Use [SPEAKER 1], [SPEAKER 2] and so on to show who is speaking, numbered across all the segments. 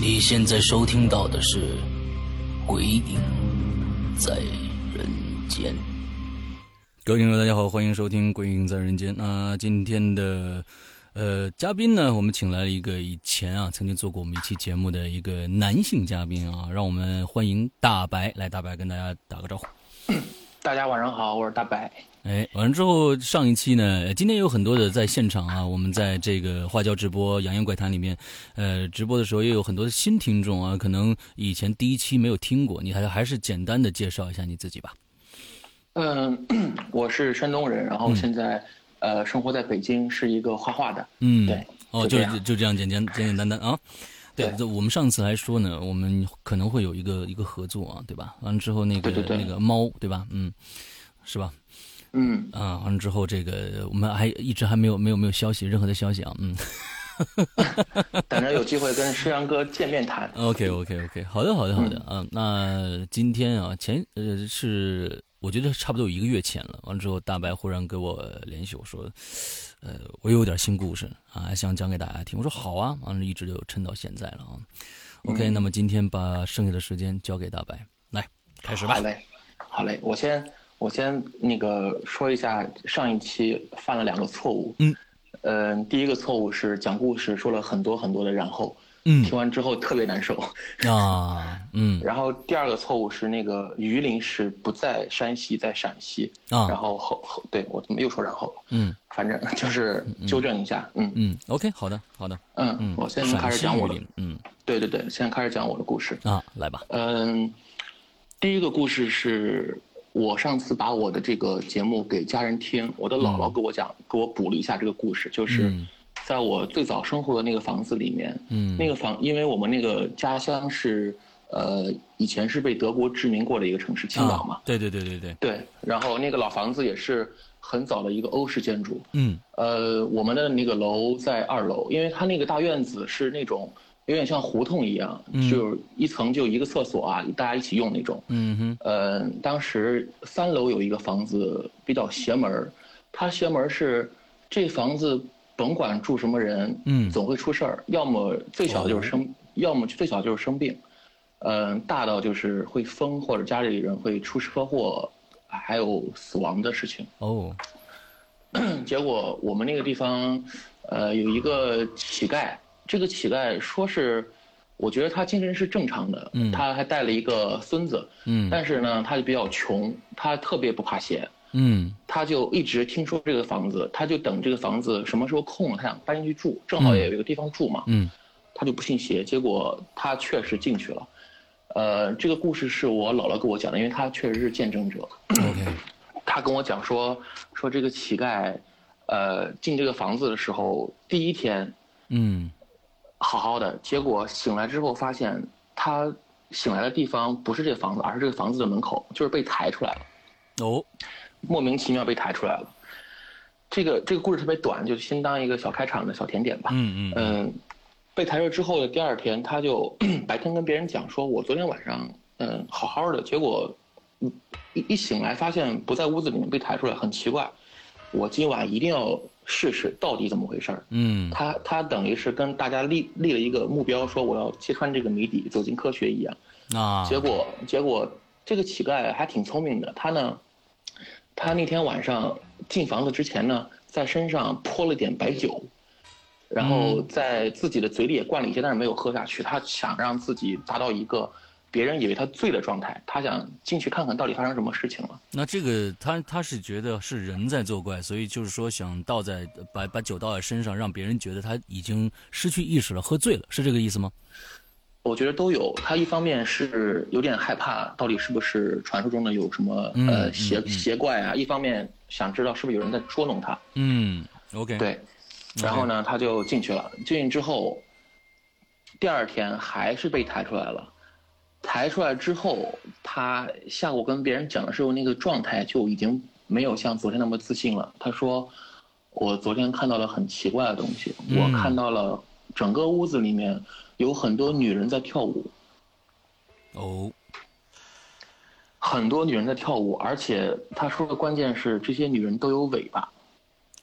[SPEAKER 1] 你现在收听到的是《鬼影在人间》。
[SPEAKER 2] 各位听众，大家好，欢迎收听《鬼影在人间》。那今天的呃嘉宾呢，我们请来了一个以前啊曾经做过我们一期节目的一个男性嘉宾啊，让我们欢迎大白来，大白跟大家打个招呼。
[SPEAKER 3] 大家晚上好，我是大白。
[SPEAKER 2] 哎，完了之后，上一期呢，呃今天有很多的在现场啊，我们在这个花椒直播《扬言怪谈》里面，呃，直播的时候也有很多的新听众啊，可能以前第一期没有听过，你还还是简单的介绍一下你自己吧。
[SPEAKER 3] 嗯， 我是山东人，然后现在、呃生活在北京，是一个画画的。
[SPEAKER 2] 嗯，
[SPEAKER 3] 对
[SPEAKER 2] 哦，就
[SPEAKER 3] 就这
[SPEAKER 2] 是
[SPEAKER 3] 样
[SPEAKER 2] 就这样简简简简单单啊。对，
[SPEAKER 3] 对
[SPEAKER 2] 这我们上次还说呢，我们可能会有一个一个合作啊，对吧？完了之后那个
[SPEAKER 3] 对对对
[SPEAKER 2] 那个猫，对吧？嗯，是吧？
[SPEAKER 3] 嗯，
[SPEAKER 2] 啊，完了之后这个我们还一直还没有没有没有消息，任何的消息啊，嗯。
[SPEAKER 3] 等着有机会跟诗阳哥见面谈。
[SPEAKER 2] OK OK OK，好的好的好的
[SPEAKER 3] 嗯
[SPEAKER 2] 啊、那今天啊前呃是我觉得差不多有一个月前了，完了之后大白忽然给我联系我说，呃我有点新故事啊，想讲给大家听，我说好啊，完了一直就撑到现在了啊。OK，、那么
[SPEAKER 3] 嗯
[SPEAKER 2] 今天把剩下的时间交给大白，来开始吧
[SPEAKER 3] 好。嘞，好嘞，我先我先那个说一下上一期犯了两个错误。
[SPEAKER 2] 嗯，
[SPEAKER 3] 呃，第一个错误是讲故事说了很多很多的然后，
[SPEAKER 2] 嗯
[SPEAKER 3] 听完之后特别难受。
[SPEAKER 2] 啊嗯
[SPEAKER 3] 然后第二个错误是那个榆林是不在山西，在陕西。然
[SPEAKER 2] 啊
[SPEAKER 3] 后后后对我怎么又说然后了？
[SPEAKER 2] 嗯
[SPEAKER 3] 反正就是纠正一下，嗯
[SPEAKER 2] 嗯 OK 好的好的
[SPEAKER 3] 嗯
[SPEAKER 2] 嗯，，
[SPEAKER 3] 我现在
[SPEAKER 2] 陕
[SPEAKER 3] 开始
[SPEAKER 2] 西
[SPEAKER 3] 讲我
[SPEAKER 2] 榆
[SPEAKER 3] 的，
[SPEAKER 2] 林嗯
[SPEAKER 3] 对对对，现在开始讲我的故事。
[SPEAKER 2] 啊来吧
[SPEAKER 3] 嗯，第一个故事是我上次把我的这个节目给家人听，我的姥姥给我讲，给我补了一下这个故事，就是
[SPEAKER 2] 嗯
[SPEAKER 3] 在我最早生活的那个房子里面，
[SPEAKER 2] 嗯
[SPEAKER 3] 那个房，因为我们那个家乡是呃以前是被德国殖民过的一个城市，青岛嘛
[SPEAKER 2] 啊，，对对对对对
[SPEAKER 3] 对，然后那个老房子也是很早的一个欧式建筑，
[SPEAKER 2] 嗯
[SPEAKER 3] 呃，我们的那个楼在二楼，因为它那个大院子是那种有点像胡同一样，
[SPEAKER 2] 嗯
[SPEAKER 3] 就是一层就一个厕所啊，大家一起用那种。
[SPEAKER 2] 嗯哼
[SPEAKER 3] 呃，当时三楼有一个房子比较邪门儿，它邪门儿是这房子甭管住什么人，
[SPEAKER 2] 嗯哦
[SPEAKER 3] 总会出事儿，要么最小的就是生，要么最小就是生病，嗯、大到就是会疯或者家里人会出车祸，还有死亡的事情。
[SPEAKER 2] 哦
[SPEAKER 3] 结果我们那个地方，呃，有一个乞丐，这个乞丐说是，我觉得他精神是正常的，
[SPEAKER 2] 嗯
[SPEAKER 3] 他还带了一个孙子，
[SPEAKER 2] 嗯
[SPEAKER 3] 但是呢，他就比较穷，他特别不怕邪，
[SPEAKER 2] 嗯
[SPEAKER 3] 他就一直听说这个房子，他就等这个房子什么时候空了，他想搬进去住，正好也有一个地方住嘛，
[SPEAKER 2] 嗯
[SPEAKER 3] 他就不信邪，结果他确实进去了。呃，这个故事是我姥姥给我讲的，因为他确实是见证者。
[SPEAKER 2] 嗯 OK
[SPEAKER 3] 他跟我讲说，说这个乞丐，呃，进这个房子的时候，第一天
[SPEAKER 2] 嗯
[SPEAKER 3] 好好的，结果醒来之后发现他醒来的地方不是这个房子，而是这个房子的门口，就是被抬出来了，
[SPEAKER 2] 哦
[SPEAKER 3] 莫名其妙被抬出来了。这个这个故事特别短，就先当一个小开场的小甜点吧。
[SPEAKER 2] 嗯嗯
[SPEAKER 3] 嗯，被抬出之后的第二天，他就 白天跟别人讲说，我昨天晚上嗯好好的，结果嗯一一醒来发现不在屋子里面被抬出来，很奇怪。我今晚一定要试试到底怎么回事儿。
[SPEAKER 2] 嗯
[SPEAKER 3] 他他等于是跟大家立立了一个目标，说我要揭穿这个谜底，走进科学一样。
[SPEAKER 2] 啊
[SPEAKER 3] 结果结果这个乞丐还挺聪明的，他呢，他那天晚上进房子之前呢，在身上泼了点白酒，
[SPEAKER 2] 嗯
[SPEAKER 3] 然后在自己的嘴里也灌了一些，但是没有喝下去。他想让自己达到一个别人以为他醉的状态，他想进去看看到底发生什么事情了。
[SPEAKER 2] 那这个他他是觉得是人在作怪，所以就是说想倒在把把酒倒在身上，让别人觉得他已经失去意识了，喝醉了，是这个意思吗？
[SPEAKER 3] 我觉得都有。他一方面是有点害怕，到底是不是传说中的有什么、
[SPEAKER 2] 嗯
[SPEAKER 3] 呃
[SPEAKER 2] 嗯
[SPEAKER 3] 邪、
[SPEAKER 2] 嗯
[SPEAKER 3] 邪怪啊？一方面想知道是不是有人在捉弄他。
[SPEAKER 2] 嗯，OK，，
[SPEAKER 3] 对，然后呢，他就进去了。进去之后，第二天还是被抬出来了。抬出来之后，他下午跟别人讲的时候，那个状态就已经没有像昨天那么自信了。他说：“我昨天看到了很奇怪的东西，
[SPEAKER 2] 嗯
[SPEAKER 3] 我看到了整个屋子里面有很多女人在跳舞，
[SPEAKER 2] 哦，
[SPEAKER 3] 很多女人在跳舞，而且他说的关键是这些女人都有尾巴。”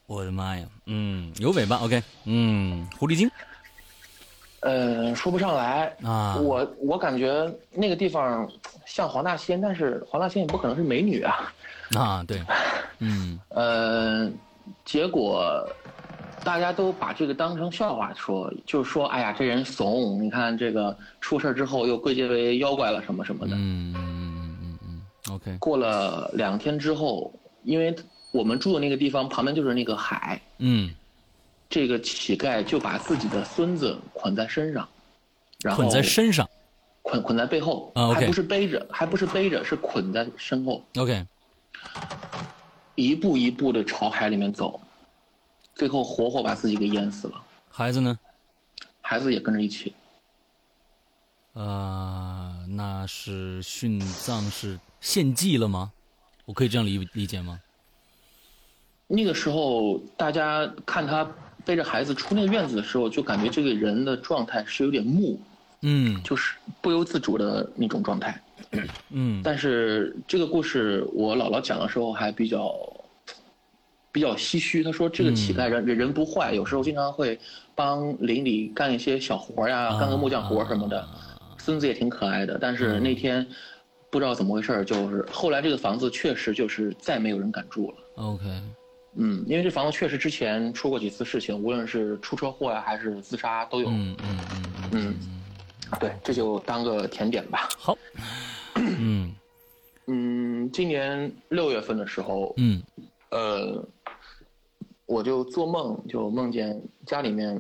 [SPEAKER 2] 我的妈呀，嗯，有尾巴，OK，嗯，狐狸精
[SPEAKER 3] 呃，说不上来
[SPEAKER 2] 啊
[SPEAKER 3] 我我感觉那个地方像黄大仙，但是黄大仙也不可能是美女啊。
[SPEAKER 2] 啊，对，嗯
[SPEAKER 3] 呃，结果大家都把这个当成笑话说，就是说，哎呀，这人怂，你看这个出事儿之后又归结为妖怪了什么什么的。
[SPEAKER 2] 嗯嗯嗯嗯嗯，OK，
[SPEAKER 3] 过了两天之后，因为我们住的那个地方旁边就是那个海，
[SPEAKER 2] 嗯，
[SPEAKER 3] 这个乞丐就把自己的孙子捆在身上，然后
[SPEAKER 2] 捆在身上
[SPEAKER 3] 捆捆在背后，
[SPEAKER 2] 啊，OK
[SPEAKER 3] 还不是背着，还不是背着，是捆在身后，
[SPEAKER 2] ，OK，
[SPEAKER 3] 一步一步的朝海里面走，最后活活把自己给淹死了，
[SPEAKER 2] 孩子呢？
[SPEAKER 3] 孩子也跟着一起。
[SPEAKER 2] 呃，那是殉葬是献祭了吗？我可以这样理理解吗？
[SPEAKER 3] 那个时候，大家看他背着孩子出那个院子的时候，就感觉这个人的状态是有点木，
[SPEAKER 2] 嗯
[SPEAKER 3] 就是不由自主的那种状态。
[SPEAKER 2] 嗯
[SPEAKER 3] 但是这个故事我姥姥讲的时候还比较比较唏嘘，她说这个乞丐人、人不坏，有时候经常会帮邻里干一些小活儿呀、
[SPEAKER 2] 啊
[SPEAKER 3] 干个木匠活儿什么的。孙子也挺可爱的，但是那天不知道怎么回事儿，就是后来这个房子确实就是再没有人敢住了。
[SPEAKER 2] ，OK，
[SPEAKER 3] 嗯，因为这房子确实之前出过几次事情，无论是出车祸呀、还是自杀都有。
[SPEAKER 2] 嗯嗯嗯嗯，
[SPEAKER 3] 嗯，对，这就当个甜点吧。
[SPEAKER 2] 好，嗯
[SPEAKER 3] 嗯，今年六月份的时候，
[SPEAKER 2] 嗯
[SPEAKER 3] 呃，我就做梦，就梦见家里面，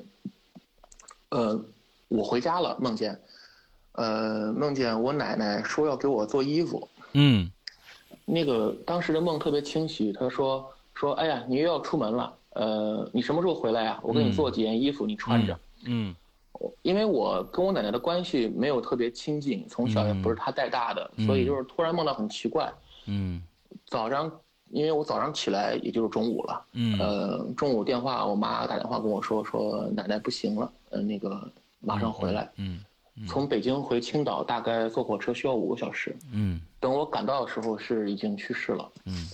[SPEAKER 3] 呃，我回家了，梦见，呃，梦见我奶奶说要给我做衣服。
[SPEAKER 2] 嗯
[SPEAKER 3] 那个当时的梦特别清晰，她说说，哎呀，你又要出门了，呃，你什么时候回来呀、我给你做几件衣服，你穿着。
[SPEAKER 2] 嗯
[SPEAKER 3] 因为我跟我奶奶的关系没有特别亲近，从小也不是她带大的，所以就是突然梦到很奇怪。
[SPEAKER 2] 嗯
[SPEAKER 3] 早上，因为我早上起来也就是中午了，
[SPEAKER 2] 嗯
[SPEAKER 3] 呃，中午电话，我妈打电话跟我说，说奶奶不行了，呃，那个马上回来。
[SPEAKER 2] 嗯
[SPEAKER 3] 从北京回青岛大概坐火车需要五个小时，
[SPEAKER 2] 嗯
[SPEAKER 3] 等我赶到的时候是已经去世了。
[SPEAKER 2] 嗯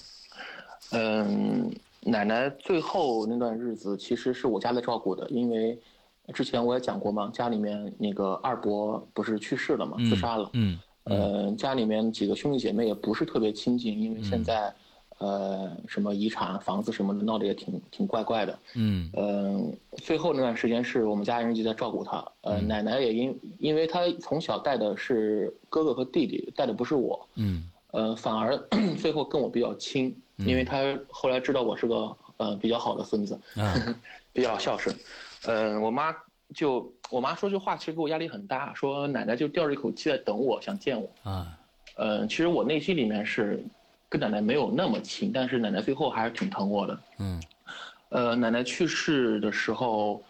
[SPEAKER 3] 嗯，奶奶最后那段日子其实是我家在照顾的，因为之前我也讲过嘛，家里面那个二伯不是去世了嘛，
[SPEAKER 2] 嗯，
[SPEAKER 3] 自杀了。
[SPEAKER 2] 嗯
[SPEAKER 3] 呃，家里面几个兄弟姐妹也不是特别亲近，因为现在，呃，什么遗产、房子什么的闹得也挺挺怪怪的。
[SPEAKER 2] 嗯
[SPEAKER 3] 嗯，最后那段时间是我们家人一直在照顾他。呃，奶奶也因因为她从小带的是哥哥和弟弟，带的不是我，
[SPEAKER 2] 嗯
[SPEAKER 3] 呃，反而 最后跟我比较亲，因为她后来知道我是个呃比较好的孙子，
[SPEAKER 2] 啊
[SPEAKER 3] 比较孝顺。呃，我妈就我妈说句话，其实给我压力很大，说奶奶就吊着一口气在等我，想见我。
[SPEAKER 2] 啊
[SPEAKER 3] 呃，其实我内心里面是跟奶奶没有那么亲，但是奶奶最后还是挺疼我的。
[SPEAKER 2] 嗯
[SPEAKER 3] 呃，奶奶去世的时候，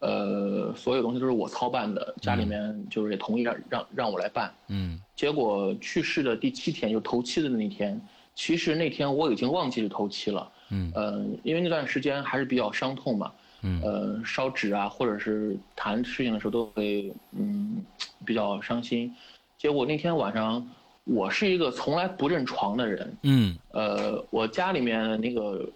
[SPEAKER 3] 呃，所有东西都是我操办的，家里面就是也同意让让让我来办。
[SPEAKER 2] 嗯
[SPEAKER 3] 结果去世的第七天，就头七的那天，其实那天我已经忘记是头七了。
[SPEAKER 2] 嗯
[SPEAKER 3] 呃，因为那段时间还是比较伤痛嘛。
[SPEAKER 2] 嗯
[SPEAKER 3] 呃，烧纸啊，或者是谈事情的时候，都会嗯比较伤心。结果那天晚上，我是一个从来不认床的人，
[SPEAKER 2] 嗯
[SPEAKER 3] 呃，我家里面那个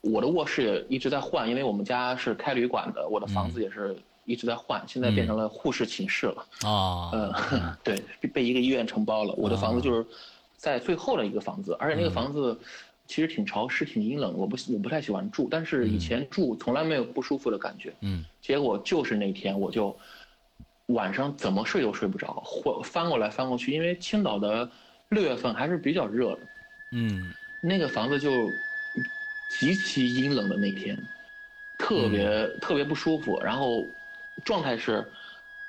[SPEAKER 3] 我的卧室也一直在换，因为我们家是开旅馆的，我的
[SPEAKER 2] 嗯
[SPEAKER 3] 房子也是一直在换，现在变成了护士寝室了。
[SPEAKER 2] 啊
[SPEAKER 3] 呃，对，被被一个医院承包了。我的房子就是在最后的一个房子，而且那个房子其实挺潮湿、挺阴冷，我不我不太喜欢住，但是以前住从来没有不舒服的感觉。
[SPEAKER 2] 嗯
[SPEAKER 3] 结果就是那天我就晚上怎么睡都睡不着，或翻过来翻过去，因为青岛的六月份还是比较热的，
[SPEAKER 2] 嗯
[SPEAKER 3] 那个房子就极其阴冷的那天，特别、特别不舒服，然后状态是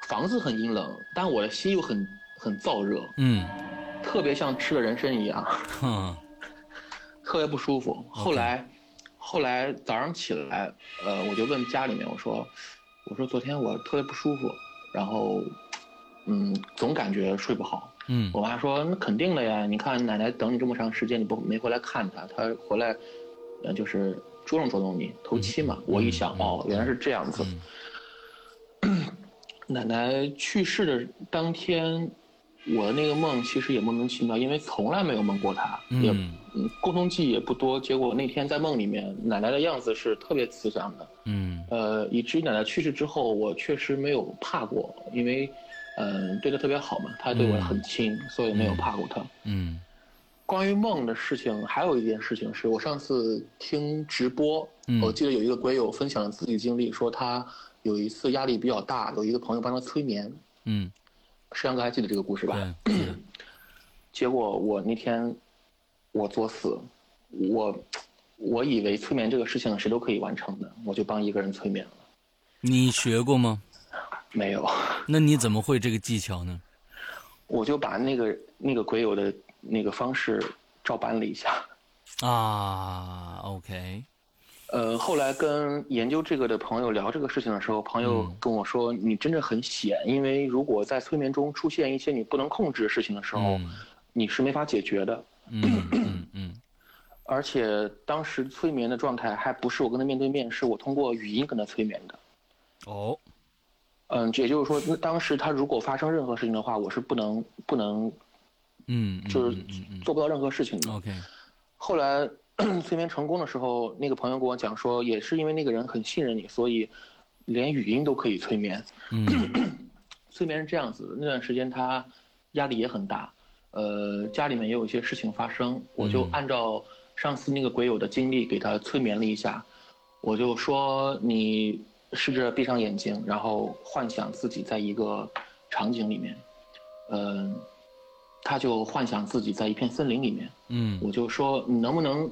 [SPEAKER 3] 房子很阴冷，但我的心又很很燥热，
[SPEAKER 2] 嗯，
[SPEAKER 3] 特别像吃了人参一样。
[SPEAKER 2] 哈，
[SPEAKER 3] 特别不舒服。后来后来早上起来，呃，我就问家里面，我说，我说昨天我特别不舒服，然后，嗯，总感觉睡不好。
[SPEAKER 2] 嗯
[SPEAKER 3] 我妈说，那肯定的呀，你看奶奶等你这么长时间，你不没回来看她，她回来，呃，就是捉弄捉弄你，头七嘛。我一想，哦，原来是这样子。
[SPEAKER 2] 嗯
[SPEAKER 3] 奶奶去世的当天，我的那个梦其实也莫名其妙，因为从来没有梦过她，也
[SPEAKER 2] 嗯
[SPEAKER 3] 嗯，共同记忆也不多。结果那天在梦里面，奶奶的样子是特别慈祥的，
[SPEAKER 2] 嗯
[SPEAKER 3] 呃，以至于奶奶去世之后，我确实没有怕过，因为，嗯、对她特别好嘛，她对我很亲，所以没有怕过她。
[SPEAKER 2] 嗯
[SPEAKER 3] 关于梦的事情，还有一件事情是我上次听直播，
[SPEAKER 2] 嗯
[SPEAKER 3] 我记得有一个鬼友分享了自己经历，说他有一次压力比较大，有一个朋友帮他催眠，
[SPEAKER 2] 嗯，
[SPEAKER 3] 石阳哥还记得这个故事吧？
[SPEAKER 2] 对，是的
[SPEAKER 3] 结果我那天我作死，我我以为催眠这个事情谁都可以完成的，我就帮一个人催眠了。
[SPEAKER 2] 你学过吗？
[SPEAKER 3] 没有，
[SPEAKER 2] 那你怎么会这个技巧呢？
[SPEAKER 3] 我就把那个那个鬼友的那个方式照搬了一下。
[SPEAKER 2] 啊，OK，
[SPEAKER 3] 呃，后来跟研究这个的朋友聊这个事情的时候，朋友跟我说：“你真的很险，因为如果在催眠中出现一些你不能控制的事情的时候，
[SPEAKER 2] 嗯
[SPEAKER 3] 你是没法解决的。
[SPEAKER 2] 嗯嗯嗯
[SPEAKER 3] 而且当时催眠的状态还不是我跟他面对面，是我通过语音跟他催眠的。”
[SPEAKER 2] 哦，
[SPEAKER 3] 嗯，也就是说，那当时他如果发生任何事情的话，我是不能不能
[SPEAKER 2] 嗯，嗯
[SPEAKER 3] 就是
[SPEAKER 2] 嗯嗯
[SPEAKER 3] 做不到任何事情的。
[SPEAKER 2] 嗯，OK，
[SPEAKER 3] 后来 催眠成功的时候，那个朋友跟我讲说，也是因为那个人很信任你，所以连语音都可以催眠。
[SPEAKER 2] 嗯
[SPEAKER 3] 催眠是这样子的，那段时间他压力也很大，呃，家里面也有一些事情发生，我就
[SPEAKER 2] 嗯
[SPEAKER 3] 按照上次那个鬼友的经历给他催眠了一下，我就说你试着闭上眼睛，然后幻想自己在一个场景里面，嗯、他就幻想自己在一片森林里面，
[SPEAKER 2] 嗯
[SPEAKER 3] 我就说你能不能，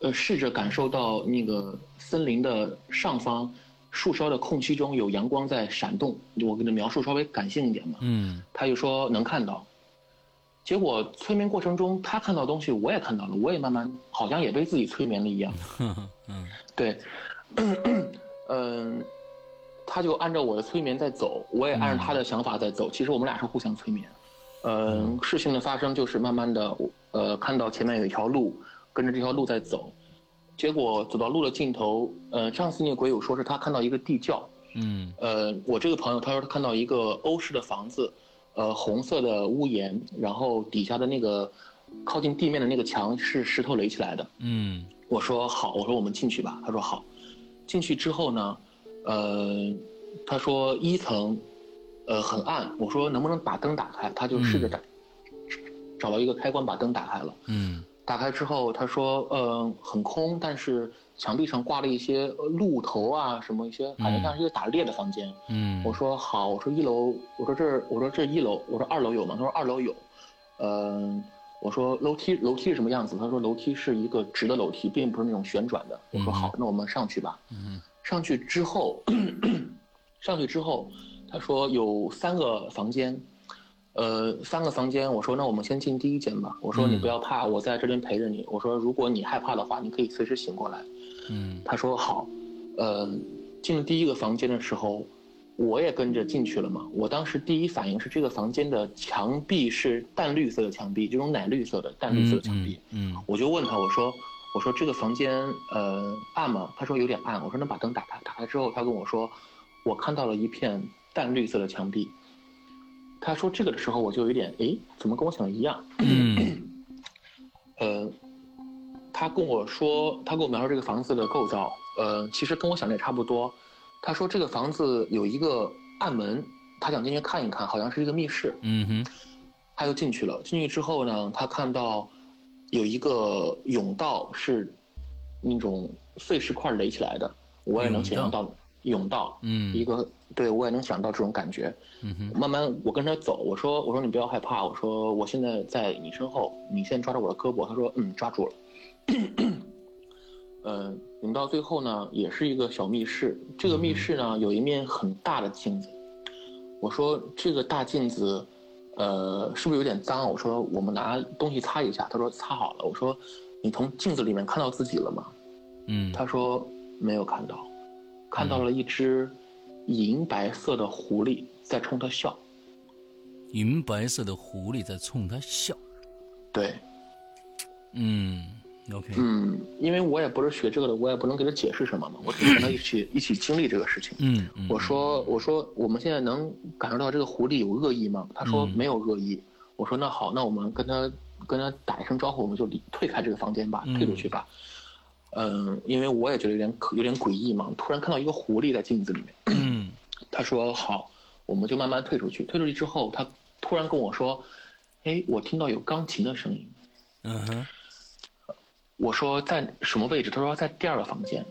[SPEAKER 3] 呃，试着感受到那个森林的上方树梢的空隙中有阳光在闪动。我给他描述稍微感性一点嘛，
[SPEAKER 2] 嗯
[SPEAKER 3] 他就说能看到。结果催眠过程中，他看到东西，我也看到了，我也慢慢好像也被自己催眠了一样。
[SPEAKER 2] 嗯嗯
[SPEAKER 3] 对，嗯、他就按照我的催眠在走，我也按照他的想法在走。其实我们俩是互相催眠。嗯、事情的发生就是慢慢的，呃，看到前面有一条路，跟着这条路在走，结果走到路的尽头，呃，上次那个鬼友说是他看到一个地窖，
[SPEAKER 2] 嗯
[SPEAKER 3] 呃，我这个朋友他说他看到一个欧式的房子，呃，红色的屋檐，然后底下的那个靠近地面的那个墙是石头垒起来的，
[SPEAKER 2] 嗯
[SPEAKER 3] 我说好，我说我们进去吧。他说好。进去之后呢，呃，他说一层，呃，很暗。我说能不能把灯打开？他就试着打，找到一个开关把灯打开了。
[SPEAKER 2] 嗯
[SPEAKER 3] 打开之后，他说，呃，很空，但是墙壁上挂了一些呃鹿头啊，什么一些，感觉像是一个打猎的房间。
[SPEAKER 2] 嗯，
[SPEAKER 3] 我说好，我说一楼，我说这儿，我说这一楼，我说二楼有吗？他说二楼有，嗯、我说楼梯楼梯是什么样子？他说楼梯是一个直的楼梯，并不是那种旋转的。我说
[SPEAKER 2] 嗯
[SPEAKER 3] 好，那我们上去吧。
[SPEAKER 2] 嗯
[SPEAKER 3] 上去之后， 上去之后，他说有三个房间，呃，三个房间。我说那我们先进第一间吧。我说
[SPEAKER 2] 嗯
[SPEAKER 3] 你不要怕，我在这边陪着你。我说如果你害怕的话，你可以随时醒过来。
[SPEAKER 2] 嗯
[SPEAKER 3] 他说好，呃，进了第一个房间的时候，我也跟着进去了嘛。我当时第一反应是这个房间的墙壁是淡绿色的墙壁，这种奶绿色的淡绿色的墙壁。啊
[SPEAKER 2] 嗯
[SPEAKER 3] 我就问他，我说我说这个房间呃暗吗？他说有点暗。我说那把灯打开，打开之后他跟我说，我看到了一片淡绿色的墙壁。他说这个的时候，我就有点诶，怎么跟我想的一样？
[SPEAKER 2] 嗯
[SPEAKER 3] 呃，他跟我说，他跟我描述这个房子的构造，呃，其实跟我想的也差不多。他说这个房子有一个暗门，他想进去看一看，好像是一个密室，
[SPEAKER 2] 嗯哼
[SPEAKER 3] 他就进去了。进去之后呢，他看到有一个甬道是那种碎石块垒起来的，我也能想象到，甬道，
[SPEAKER 2] 嗯
[SPEAKER 3] 一个对我也能想到这种感觉。
[SPEAKER 2] 嗯哼，
[SPEAKER 3] 慢慢我跟他走，我说我说你不要害怕，我说我现在在你身后，你先抓着我的胳膊。他说嗯，抓住了。 呃，我们到最后呢，也是一个小密室。这个密室呢，有一面很大的镜子。我说这个大镜子，呃，是不是有点脏啊？我说我们拿东西擦一下。他说擦好了。我说你从镜子里面看到自己了吗？
[SPEAKER 2] 嗯，
[SPEAKER 3] 他说没有看到，看到了一只银白色的狐狸在冲他笑。
[SPEAKER 2] 银白色的狐狸在冲他笑。
[SPEAKER 3] 对，
[SPEAKER 2] 嗯，OK，
[SPEAKER 3] 嗯，因为我也不是学这个的，我也不能给他解释什么嘛，我只是跟他一起一起经历这个事情。
[SPEAKER 2] 嗯嗯，
[SPEAKER 3] 我说我说我们现在能感受到这个狐狸有恶意吗？他说
[SPEAKER 2] 嗯
[SPEAKER 3] 没有恶意。我说那好，那我们跟他跟他打一声招呼，我们就离退开这个房间吧，
[SPEAKER 2] 嗯
[SPEAKER 3] 退出去吧。嗯，因为我也觉得有点可有点诡异嘛，突然看到一个狐狸在镜子里面。
[SPEAKER 2] 嗯
[SPEAKER 3] 他说好，我们就慢慢退出去。退出去之后，他突然跟我说：“哎，我听到有钢琴的声音。
[SPEAKER 2] 嗯哼”
[SPEAKER 3] 我说在什么位置？他说在第二个房间。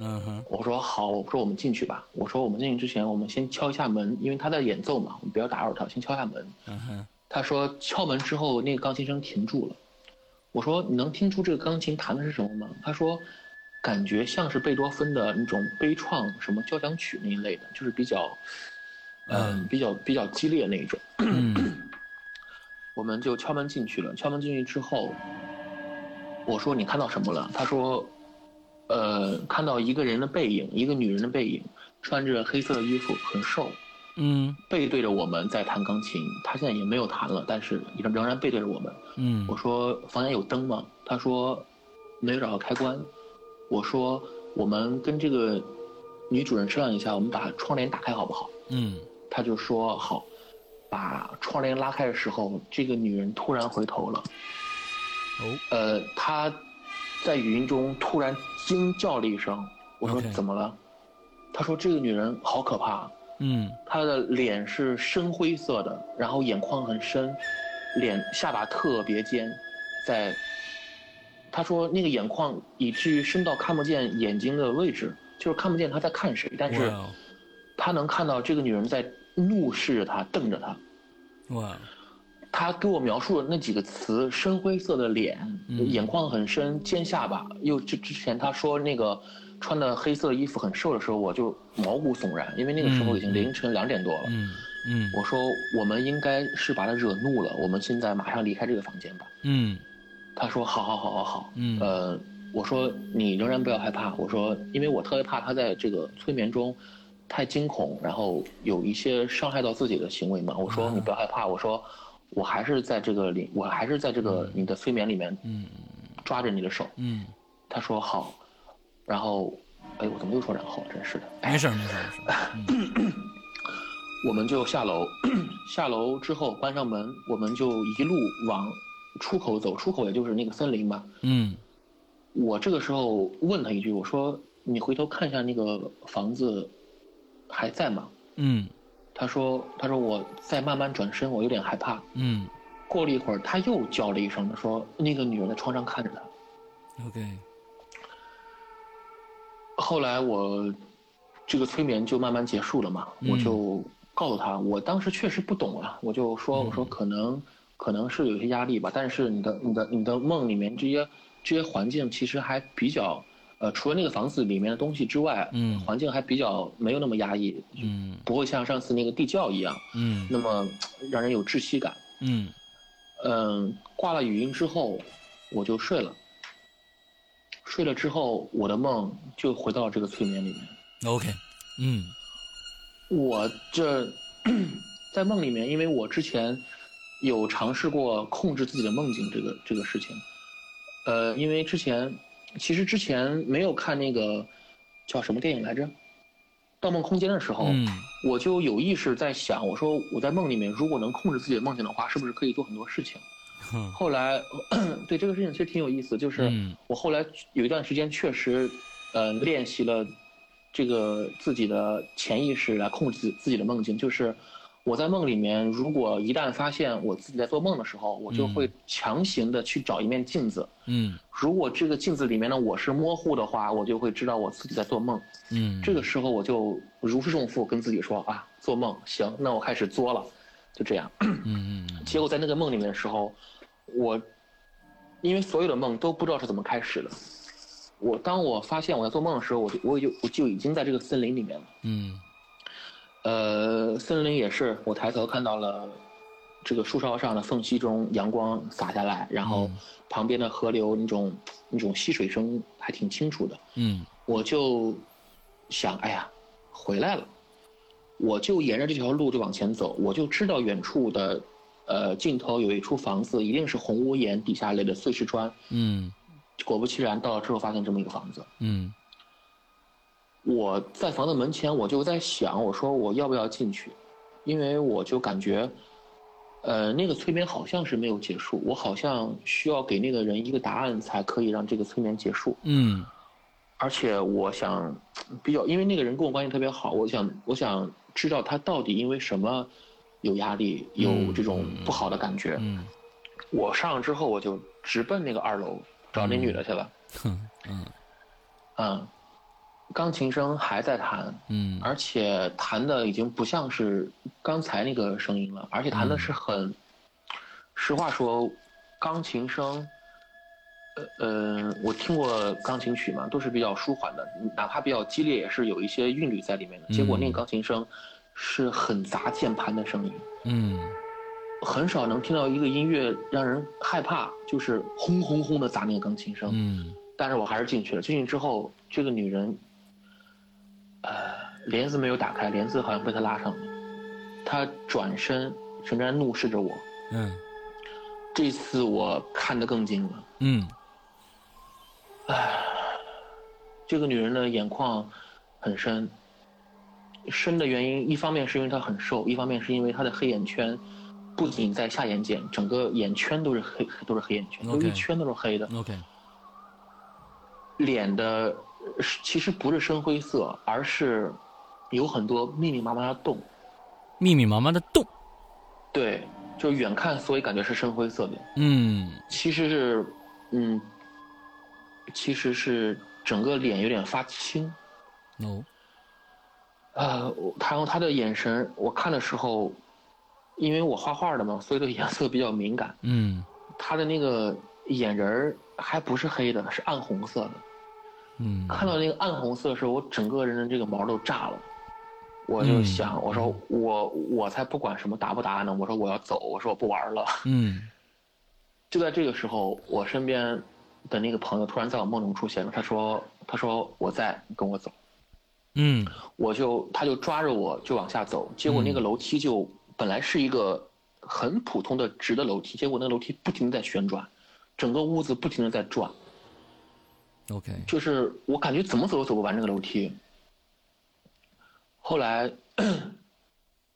[SPEAKER 2] 嗯哼
[SPEAKER 3] 我说好，我说我们进去吧。我说我们进去之前，我们先敲一下门，因为他在演奏嘛，我们不要打扰他，先敲一下门。
[SPEAKER 2] 嗯哼，
[SPEAKER 3] 他说敲门之后，那个钢琴声停住了。我说你能听出这个钢琴弹的是什么吗？他说，感觉像是贝多芬的那种悲怆什么交响曲那一类的，就是比较，嗯、
[SPEAKER 2] 嗯
[SPEAKER 3] 比较比较激烈那一种。
[SPEAKER 2] 嗯
[SPEAKER 3] 我们就敲门进去了。敲门进去之后，我说你看到什么了？他说，呃，看到一个人的背影，一个女人的背影，穿着黑色的衣服，很瘦，
[SPEAKER 2] 嗯
[SPEAKER 3] 背对着我们在弹钢琴。她现在也没有弹了，但是仍仍然背对着我们。
[SPEAKER 2] 嗯
[SPEAKER 3] 我说房间有灯吗？他说没有找到开关。我说我们跟这个女主人商量一下，我们把窗帘打开好不好？
[SPEAKER 2] 嗯
[SPEAKER 3] 他就说好。把窗帘拉开的时候，这个女人突然回头了。
[SPEAKER 2] 哦
[SPEAKER 3] 呃，她在语音中突然惊叫了一声。我说
[SPEAKER 2] OK
[SPEAKER 3] 怎么了？她说这个女人好可怕，
[SPEAKER 2] 嗯
[SPEAKER 3] 她的脸是深灰色的，然后眼眶很深，脸下巴特别尖，在她说那个眼眶以至于深到看不见眼睛的位置，就是看不见她在看谁，但是
[SPEAKER 2] 哇哦
[SPEAKER 3] 她能看到这个女人在怒视着她，瞪着她。
[SPEAKER 2] 哇哦
[SPEAKER 3] 他给我描述的那几个词：深灰色的脸，
[SPEAKER 2] 嗯
[SPEAKER 3] 眼眶很深，尖下巴。又之之前他说那个穿的黑色的衣服很瘦的时候，我就毛骨悚然，因为那个时候已经凌晨两点多了。
[SPEAKER 2] 嗯嗯
[SPEAKER 3] 我说我们应该是把他惹怒了，我们现在马上离开这个房间吧。
[SPEAKER 2] 嗯
[SPEAKER 3] 他说好好好好好。
[SPEAKER 2] 嗯
[SPEAKER 3] 呃，我说你仍然不要害怕。我说因为我特别怕他在这个催眠中太惊恐，然后有一些伤害到自己的行为嘛。我说
[SPEAKER 2] 嗯
[SPEAKER 3] 你不要害怕。我说我还是在这个里，我还是在这个你的催眠里面
[SPEAKER 2] 嗯
[SPEAKER 3] 抓着你的手。
[SPEAKER 2] 嗯，
[SPEAKER 3] 他说好，然后，哎，我怎么又说然后了？真是的。哎
[SPEAKER 2] 没事儿没事儿没事儿，
[SPEAKER 3] 我们就下楼， 下楼之后关上门，我们就一路往出口走。出口也就是那个森林嘛。
[SPEAKER 2] 嗯
[SPEAKER 3] 我这个时候问他一句，我说：“你回头看一下那个房子还在吗
[SPEAKER 2] 嗯？”
[SPEAKER 3] 他说：“他说我在慢慢转身，我有点害怕。
[SPEAKER 2] 嗯”
[SPEAKER 3] 过了一会儿，他又叫了一声，他说：“那个女人在窗上看着他。
[SPEAKER 2] ，OK，”
[SPEAKER 3] 后来我这个催眠就慢慢结束了嘛，
[SPEAKER 2] 嗯
[SPEAKER 3] 我就告诉他，我当时确实不懂啊，我就说：“
[SPEAKER 2] 嗯
[SPEAKER 3] 我说可能可能是有些压力吧，但是你的你的你的梦里面这些这些环境其实还比较。”呃，除了那个房子里面的东西之外，
[SPEAKER 2] 嗯
[SPEAKER 3] 环境还比较没有那么压抑，
[SPEAKER 2] 嗯
[SPEAKER 3] 不会像上次那个地窖一样
[SPEAKER 2] 嗯
[SPEAKER 3] 那么嘖让人有窒息感。
[SPEAKER 2] 嗯
[SPEAKER 3] 嗯，挂了语音之后，我就睡了。睡了之后，我的梦就回到这个催眠里面。
[SPEAKER 2] ，OK，嗯
[SPEAKER 3] 我这在梦里面，因为我之前有尝试过控制自己的梦境这个这个事情，呃，因为之前其实之前没有看那个叫什么电影来着，《盗梦空间》的时候，
[SPEAKER 2] 嗯
[SPEAKER 3] 我就有意识在想，我说我在梦里面如果能控制自己的梦境的话，是不是可以做很多事情？
[SPEAKER 2] 哼
[SPEAKER 3] 后来 对这个事情其实挺有意思，就是
[SPEAKER 2] 嗯
[SPEAKER 3] 我后来有一段时间确实，呃，练习了这个自己的潜意识来控制自己的梦境，就是我在梦里面，如果一旦发现我自己在做梦的时候，我就会强行的去找一面镜子。
[SPEAKER 2] 嗯
[SPEAKER 3] 如果这个镜子里面呢我是模糊的话，我就会知道我自己在做梦。
[SPEAKER 2] 嗯，
[SPEAKER 3] 这个时候我就如释重负，跟自己说啊，做梦行，那我开始作了，就这样。
[SPEAKER 2] 嗯嗯
[SPEAKER 3] 结果在那个梦里面的时候，我因为所有的梦都不知道是怎么开始的。我当我发现我在做梦的时候，我就我就我就已经在这个森林里面了。
[SPEAKER 2] 嗯
[SPEAKER 3] 呃，森林也是，我抬头看到了这个树梢上的缝隙中阳光洒下来，然后
[SPEAKER 2] 嗯
[SPEAKER 3] 旁边的河流那种那种溪水声还挺清楚的。
[SPEAKER 2] 嗯
[SPEAKER 3] 我就想，哎呀，回来了，我就沿着这条路就往前走，我就知道远处的，呃，尽头有一处房子，一定是红屋檐底下垒的碎石砖。
[SPEAKER 2] 嗯
[SPEAKER 3] 果不其然，到了之后发现这么一个房子。
[SPEAKER 2] 嗯
[SPEAKER 3] 我在房子门前，我就在想，我说我要不要进去？因为我就感觉，呃，那个催眠好像是没有结束，我好像需要给那个人一个答案，才可以让这个催眠结束。
[SPEAKER 2] 嗯
[SPEAKER 3] 而且我想比较，因为那个人跟我关系特别好，我想我想知道他到底因为什么有压力，有这种不好的感觉。
[SPEAKER 2] 嗯，
[SPEAKER 3] 我上了之后，我就直奔那个二楼找那女的去了。
[SPEAKER 2] 哼嗯
[SPEAKER 3] 嗯，钢琴声还在弹，
[SPEAKER 2] 嗯
[SPEAKER 3] 而且弹的已经不像是刚才那个声音了，而且弹的是很，实话说，钢琴声，呃呃，我听过钢琴曲嘛，都是比较舒缓的，哪怕比较激烈，也是有一些韵律在里面的。结果那个钢琴声是很砸键盘的声音，
[SPEAKER 2] 嗯
[SPEAKER 3] 很少能听到一个音乐让人害怕，就是轰轰轰的砸那个钢琴声。
[SPEAKER 2] 嗯
[SPEAKER 3] 但是我还是进去了。进去之后，这个女人，呃，帘子没有打开，帘子好像被她拉上了。她转身，仍然怒视着我。
[SPEAKER 2] 嗯
[SPEAKER 3] 这次我看得更精了。
[SPEAKER 2] 嗯
[SPEAKER 3] 这个女人的眼眶很深，深的原因，一方面是因为她很瘦，一方面是因为她的黑眼圈，不仅在下眼睑，整个眼圈都是黑，都是黑眼圈，都
[SPEAKER 2] OK
[SPEAKER 3] 一圈都是黑的。
[SPEAKER 2] 嗯，OK，
[SPEAKER 3] 脸的呃是其实不是深灰色，而是有很多密密麻麻的洞。
[SPEAKER 2] 密密麻麻的洞，
[SPEAKER 3] 对，就远看所以感觉是深灰色的，
[SPEAKER 2] 嗯
[SPEAKER 3] 其实是，嗯，其实是整个脸有点发青。
[SPEAKER 2] ，no，
[SPEAKER 3] 啊，我他用他的眼神，我看的时候，因为我画画的嘛，所以对颜色比较敏感。
[SPEAKER 2] 嗯
[SPEAKER 3] 他的那个眼仁儿还不是黑的，是暗红色的。
[SPEAKER 2] 嗯
[SPEAKER 3] 看到那个暗红色的时候，我整个人的这个毛都炸了。我就
[SPEAKER 2] 嗯
[SPEAKER 3] 想，我说我我才不管什么答不答案呢，我说我要走，我说我不玩了。
[SPEAKER 2] 嗯
[SPEAKER 3] 就在这个时候，我身边的那个朋友突然在我梦中出现了，他说他说我在，跟我走。
[SPEAKER 2] 嗯
[SPEAKER 3] 我就他就抓着我就往下走，结果那个楼梯就、本来是一个很普通的直的楼梯，结果那个楼梯不停的在旋转，整个屋子不停的在转，
[SPEAKER 2] ，OK，
[SPEAKER 3] 就是我感觉怎么走都走不完这个楼梯。后来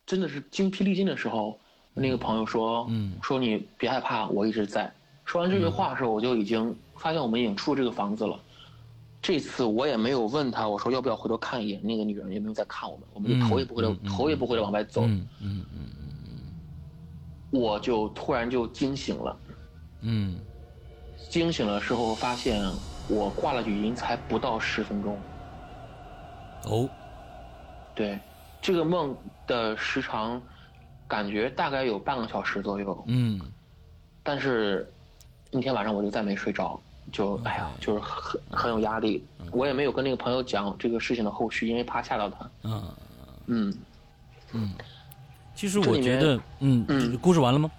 [SPEAKER 3] 真的是精疲力尽的时候，那个朋友说：“
[SPEAKER 2] 嗯
[SPEAKER 3] 说你别害怕，我一直在。”说完这句话的时候，我就已经发现我们已经出这个房子了。这次我也没有问他，我说要不要回头看一眼，那个女人有没有在看我们，我们就头也不回的、
[SPEAKER 2] 嗯嗯嗯
[SPEAKER 3] 头也不回的往外走。
[SPEAKER 2] 嗯嗯嗯
[SPEAKER 3] 我就突然就惊醒了，
[SPEAKER 2] 嗯
[SPEAKER 3] 惊醒了之后发现我挂了语音才不到十分钟。
[SPEAKER 2] 哦，
[SPEAKER 3] 对，这个梦的时长感觉大概有半个小时左右，
[SPEAKER 2] 嗯
[SPEAKER 3] 但是那天晚上我就再没睡着，就哎呀，就是很很有压力。
[SPEAKER 2] 嗯
[SPEAKER 3] 我也没有跟那个朋友讲这个事情的后续，因为怕吓到他。
[SPEAKER 2] 嗯，
[SPEAKER 3] 嗯，
[SPEAKER 2] 其实我觉得，嗯，
[SPEAKER 3] 嗯
[SPEAKER 2] 故事完了吗？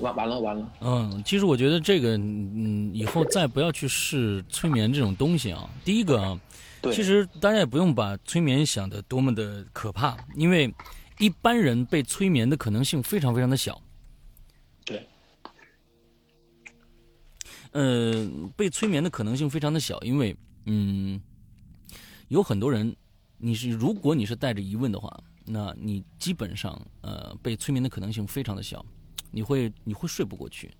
[SPEAKER 3] 完完了完了，
[SPEAKER 2] 嗯，其实我觉得这个，嗯，以后再不要去试催眠这种东西啊。第一个啊，
[SPEAKER 3] 对，
[SPEAKER 2] 其实大家也不用把催眠想的多么的可怕，因为一般人被催眠的可能性非常非常的小。
[SPEAKER 3] 对，
[SPEAKER 2] 呃，被催眠的可能性非常的小，因为嗯，有很多人，你是如果你是带着疑问的话，那你基本上呃被催眠的可能性非常的小，你会你会睡不过去，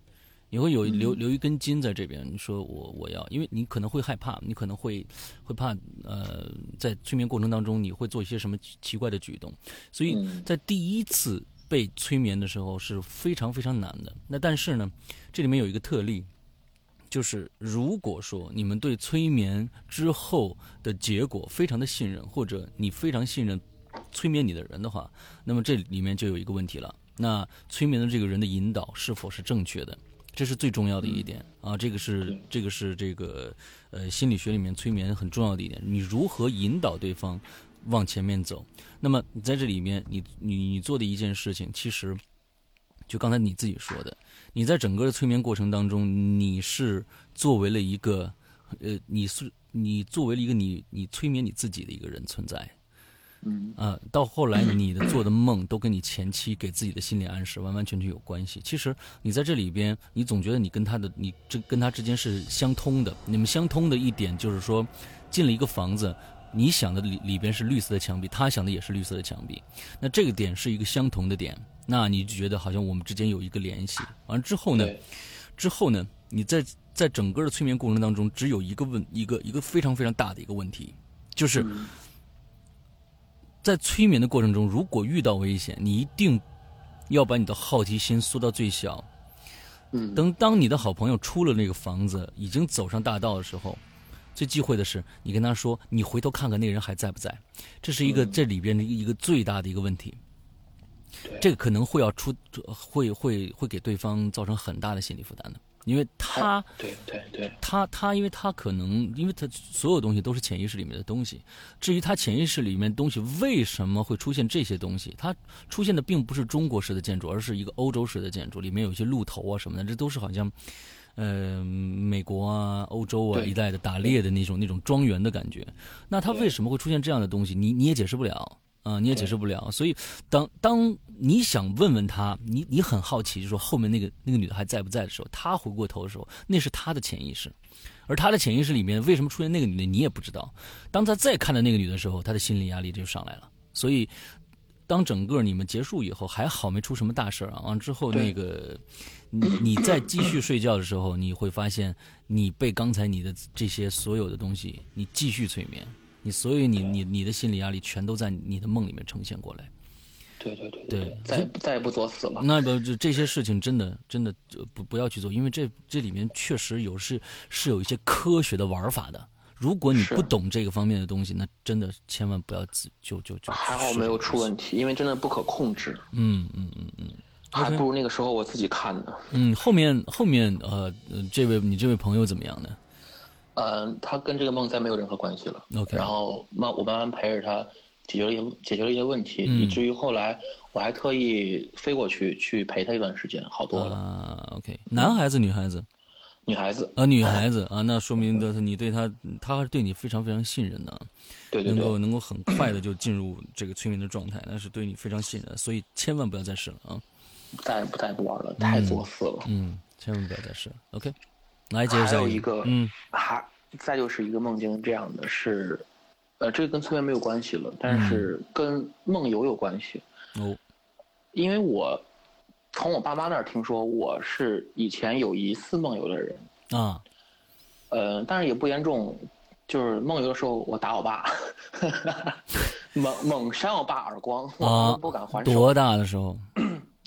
[SPEAKER 2] 你会有留留一根筋在这边，你说我我要，因为你可能会害怕，你可能会会怕呃在催眠过程当中你会做一些什么奇奇怪的举动，所以
[SPEAKER 3] 嗯
[SPEAKER 2] 在第一次被催眠的时候是非常非常难的。那但是呢，这里面有一个特例，就是如果说你们对催眠之后的结果非常的信任，或者你非常信任催眠你的人的话，那么这里面就有一个问题了。那催眠的这个人的引导是否是正确的？这是最重要的一点、啊！这个是这个是这个呃心理学里面催眠很重要的一点，你如何引导对方往前面走？那么你在这里面，你你你做的一件事情，其实就刚才你自己说的，你在整个的催眠过程当中，你是作为了一个呃，你是你作为了一个你你催眠你自己的一个人存在。
[SPEAKER 3] 嗯
[SPEAKER 2] 啊，到后来你的做的梦都跟你前期给自己的心理暗示完完全全有关系。其实你在这里边，你总觉得你跟他的你这跟他之间是相通的。你们相通的一点就是说，进了一个房子，你想的里里边是绿色的墙壁，他想的也是绿色的墙壁。那这个点是一个相同的点，那你就觉得好像我们之间有一个联系。完了之后呢，
[SPEAKER 3] 对，
[SPEAKER 2] 之后呢，你在在整个的催眠过程当中，只有一个问一个一个非常非常大的一个问题，就是。
[SPEAKER 3] 嗯
[SPEAKER 2] 在催眠的过程中，如果遇到危险，你一定要把你的好奇心缩到最小。
[SPEAKER 3] 嗯，
[SPEAKER 2] 等当你的好朋友出了那个房子，已经走上大道的时候，最忌讳的是你跟他说：“你回头看看那个人还在不在。”这是一
[SPEAKER 3] 嗯
[SPEAKER 2] 个、这里边的一个最大的一个问题。
[SPEAKER 3] 对
[SPEAKER 2] 这个可能会要出，会会会给对方造成很大的心理负担的，因为他
[SPEAKER 3] 对对对，
[SPEAKER 2] 他他，因为他可能，因为他所有东西都是潜意识里面的东西。至于他潜意识里面东西为什么会出现这些东西，它出现的并不是中国式的建筑，而是一个欧洲式的建筑，里面有一些鹿头啊什么的，这都是好像，呃，美国啊、欧洲啊
[SPEAKER 3] 对
[SPEAKER 2] 一带的打猎的那种那种庄园的感觉。那它为什么会出现这样的东西？你你也解释不了啊、你也解释不了。所以当当你想问问他，你你很好奇，就说后面那个那个女的还在不在的时候，他回过头的时候，那是他的潜意识，而他的潜意识里面为什么出现那个女的，你也不知道。当他再看到那个女的时候，他的心理压力就上来了。所以，当整个你们结束以后，还好没出什么大事儿啊。完之后，
[SPEAKER 3] 对
[SPEAKER 2] 那个你你再继续睡觉的时候，你会发现你被刚才你的这些所有的东西，你继续催眠，你所有你你你的心理压力全都在你的梦里面呈现过来。
[SPEAKER 3] 对对对
[SPEAKER 2] 对嗯
[SPEAKER 3] 再也不再也不作死了。
[SPEAKER 2] 那不这这些事情真的真的呃不不要去做，因为这这里面确实有是是有一些科学的玩法的。如果你
[SPEAKER 3] 是
[SPEAKER 2] 不懂这个方面的东西，那真的千万不要自就就就
[SPEAKER 3] 还好没有出问题，因为真的不可控制，
[SPEAKER 2] 嗯嗯嗯嗯
[SPEAKER 3] 还不如那个时候我自己看呢。
[SPEAKER 2] 嗯，后面后面呃，呃这位你这位朋友怎么样呢？
[SPEAKER 3] 嗯，他跟这个梦再没有任何关系了。
[SPEAKER 2] OK
[SPEAKER 3] 然后慢我慢慢陪着他，解决了一些解决了一些问题，
[SPEAKER 2] 嗯
[SPEAKER 3] 以至于后来我还特意飞过去去陪他一段时间，好多了。
[SPEAKER 2] 啊，OK，男孩子女孩子
[SPEAKER 3] 女孩子，
[SPEAKER 2] 啊，女孩子啊，那说明的是你对他，他还是对你非常非常信任的啊。
[SPEAKER 3] 对对
[SPEAKER 2] 能
[SPEAKER 3] 对
[SPEAKER 2] 够能够很快的就进入这个催眠的状态，那是对你非常信任的，所以千万不要再试了啊！
[SPEAKER 3] 再也不再也不玩了，太作死了。
[SPEAKER 2] 嗯，千万不要再试了。OK，来接着
[SPEAKER 3] 还
[SPEAKER 2] 下
[SPEAKER 3] 有一个，
[SPEAKER 2] 嗯，
[SPEAKER 3] 还再就是一个梦境这样的是，呃，这个跟催眠没有关系了，
[SPEAKER 2] 嗯
[SPEAKER 3] 但是跟梦游有关系，
[SPEAKER 2] 哦，
[SPEAKER 3] 因为我从我爸妈那儿听说我是以前有疑似梦游的人，
[SPEAKER 2] 啊，
[SPEAKER 3] 呃，但是也不严重，就是梦游的时候我打我爸， 猛猛扇我爸耳光，我
[SPEAKER 2] 啊
[SPEAKER 3] 不敢还手，
[SPEAKER 2] 多大的时候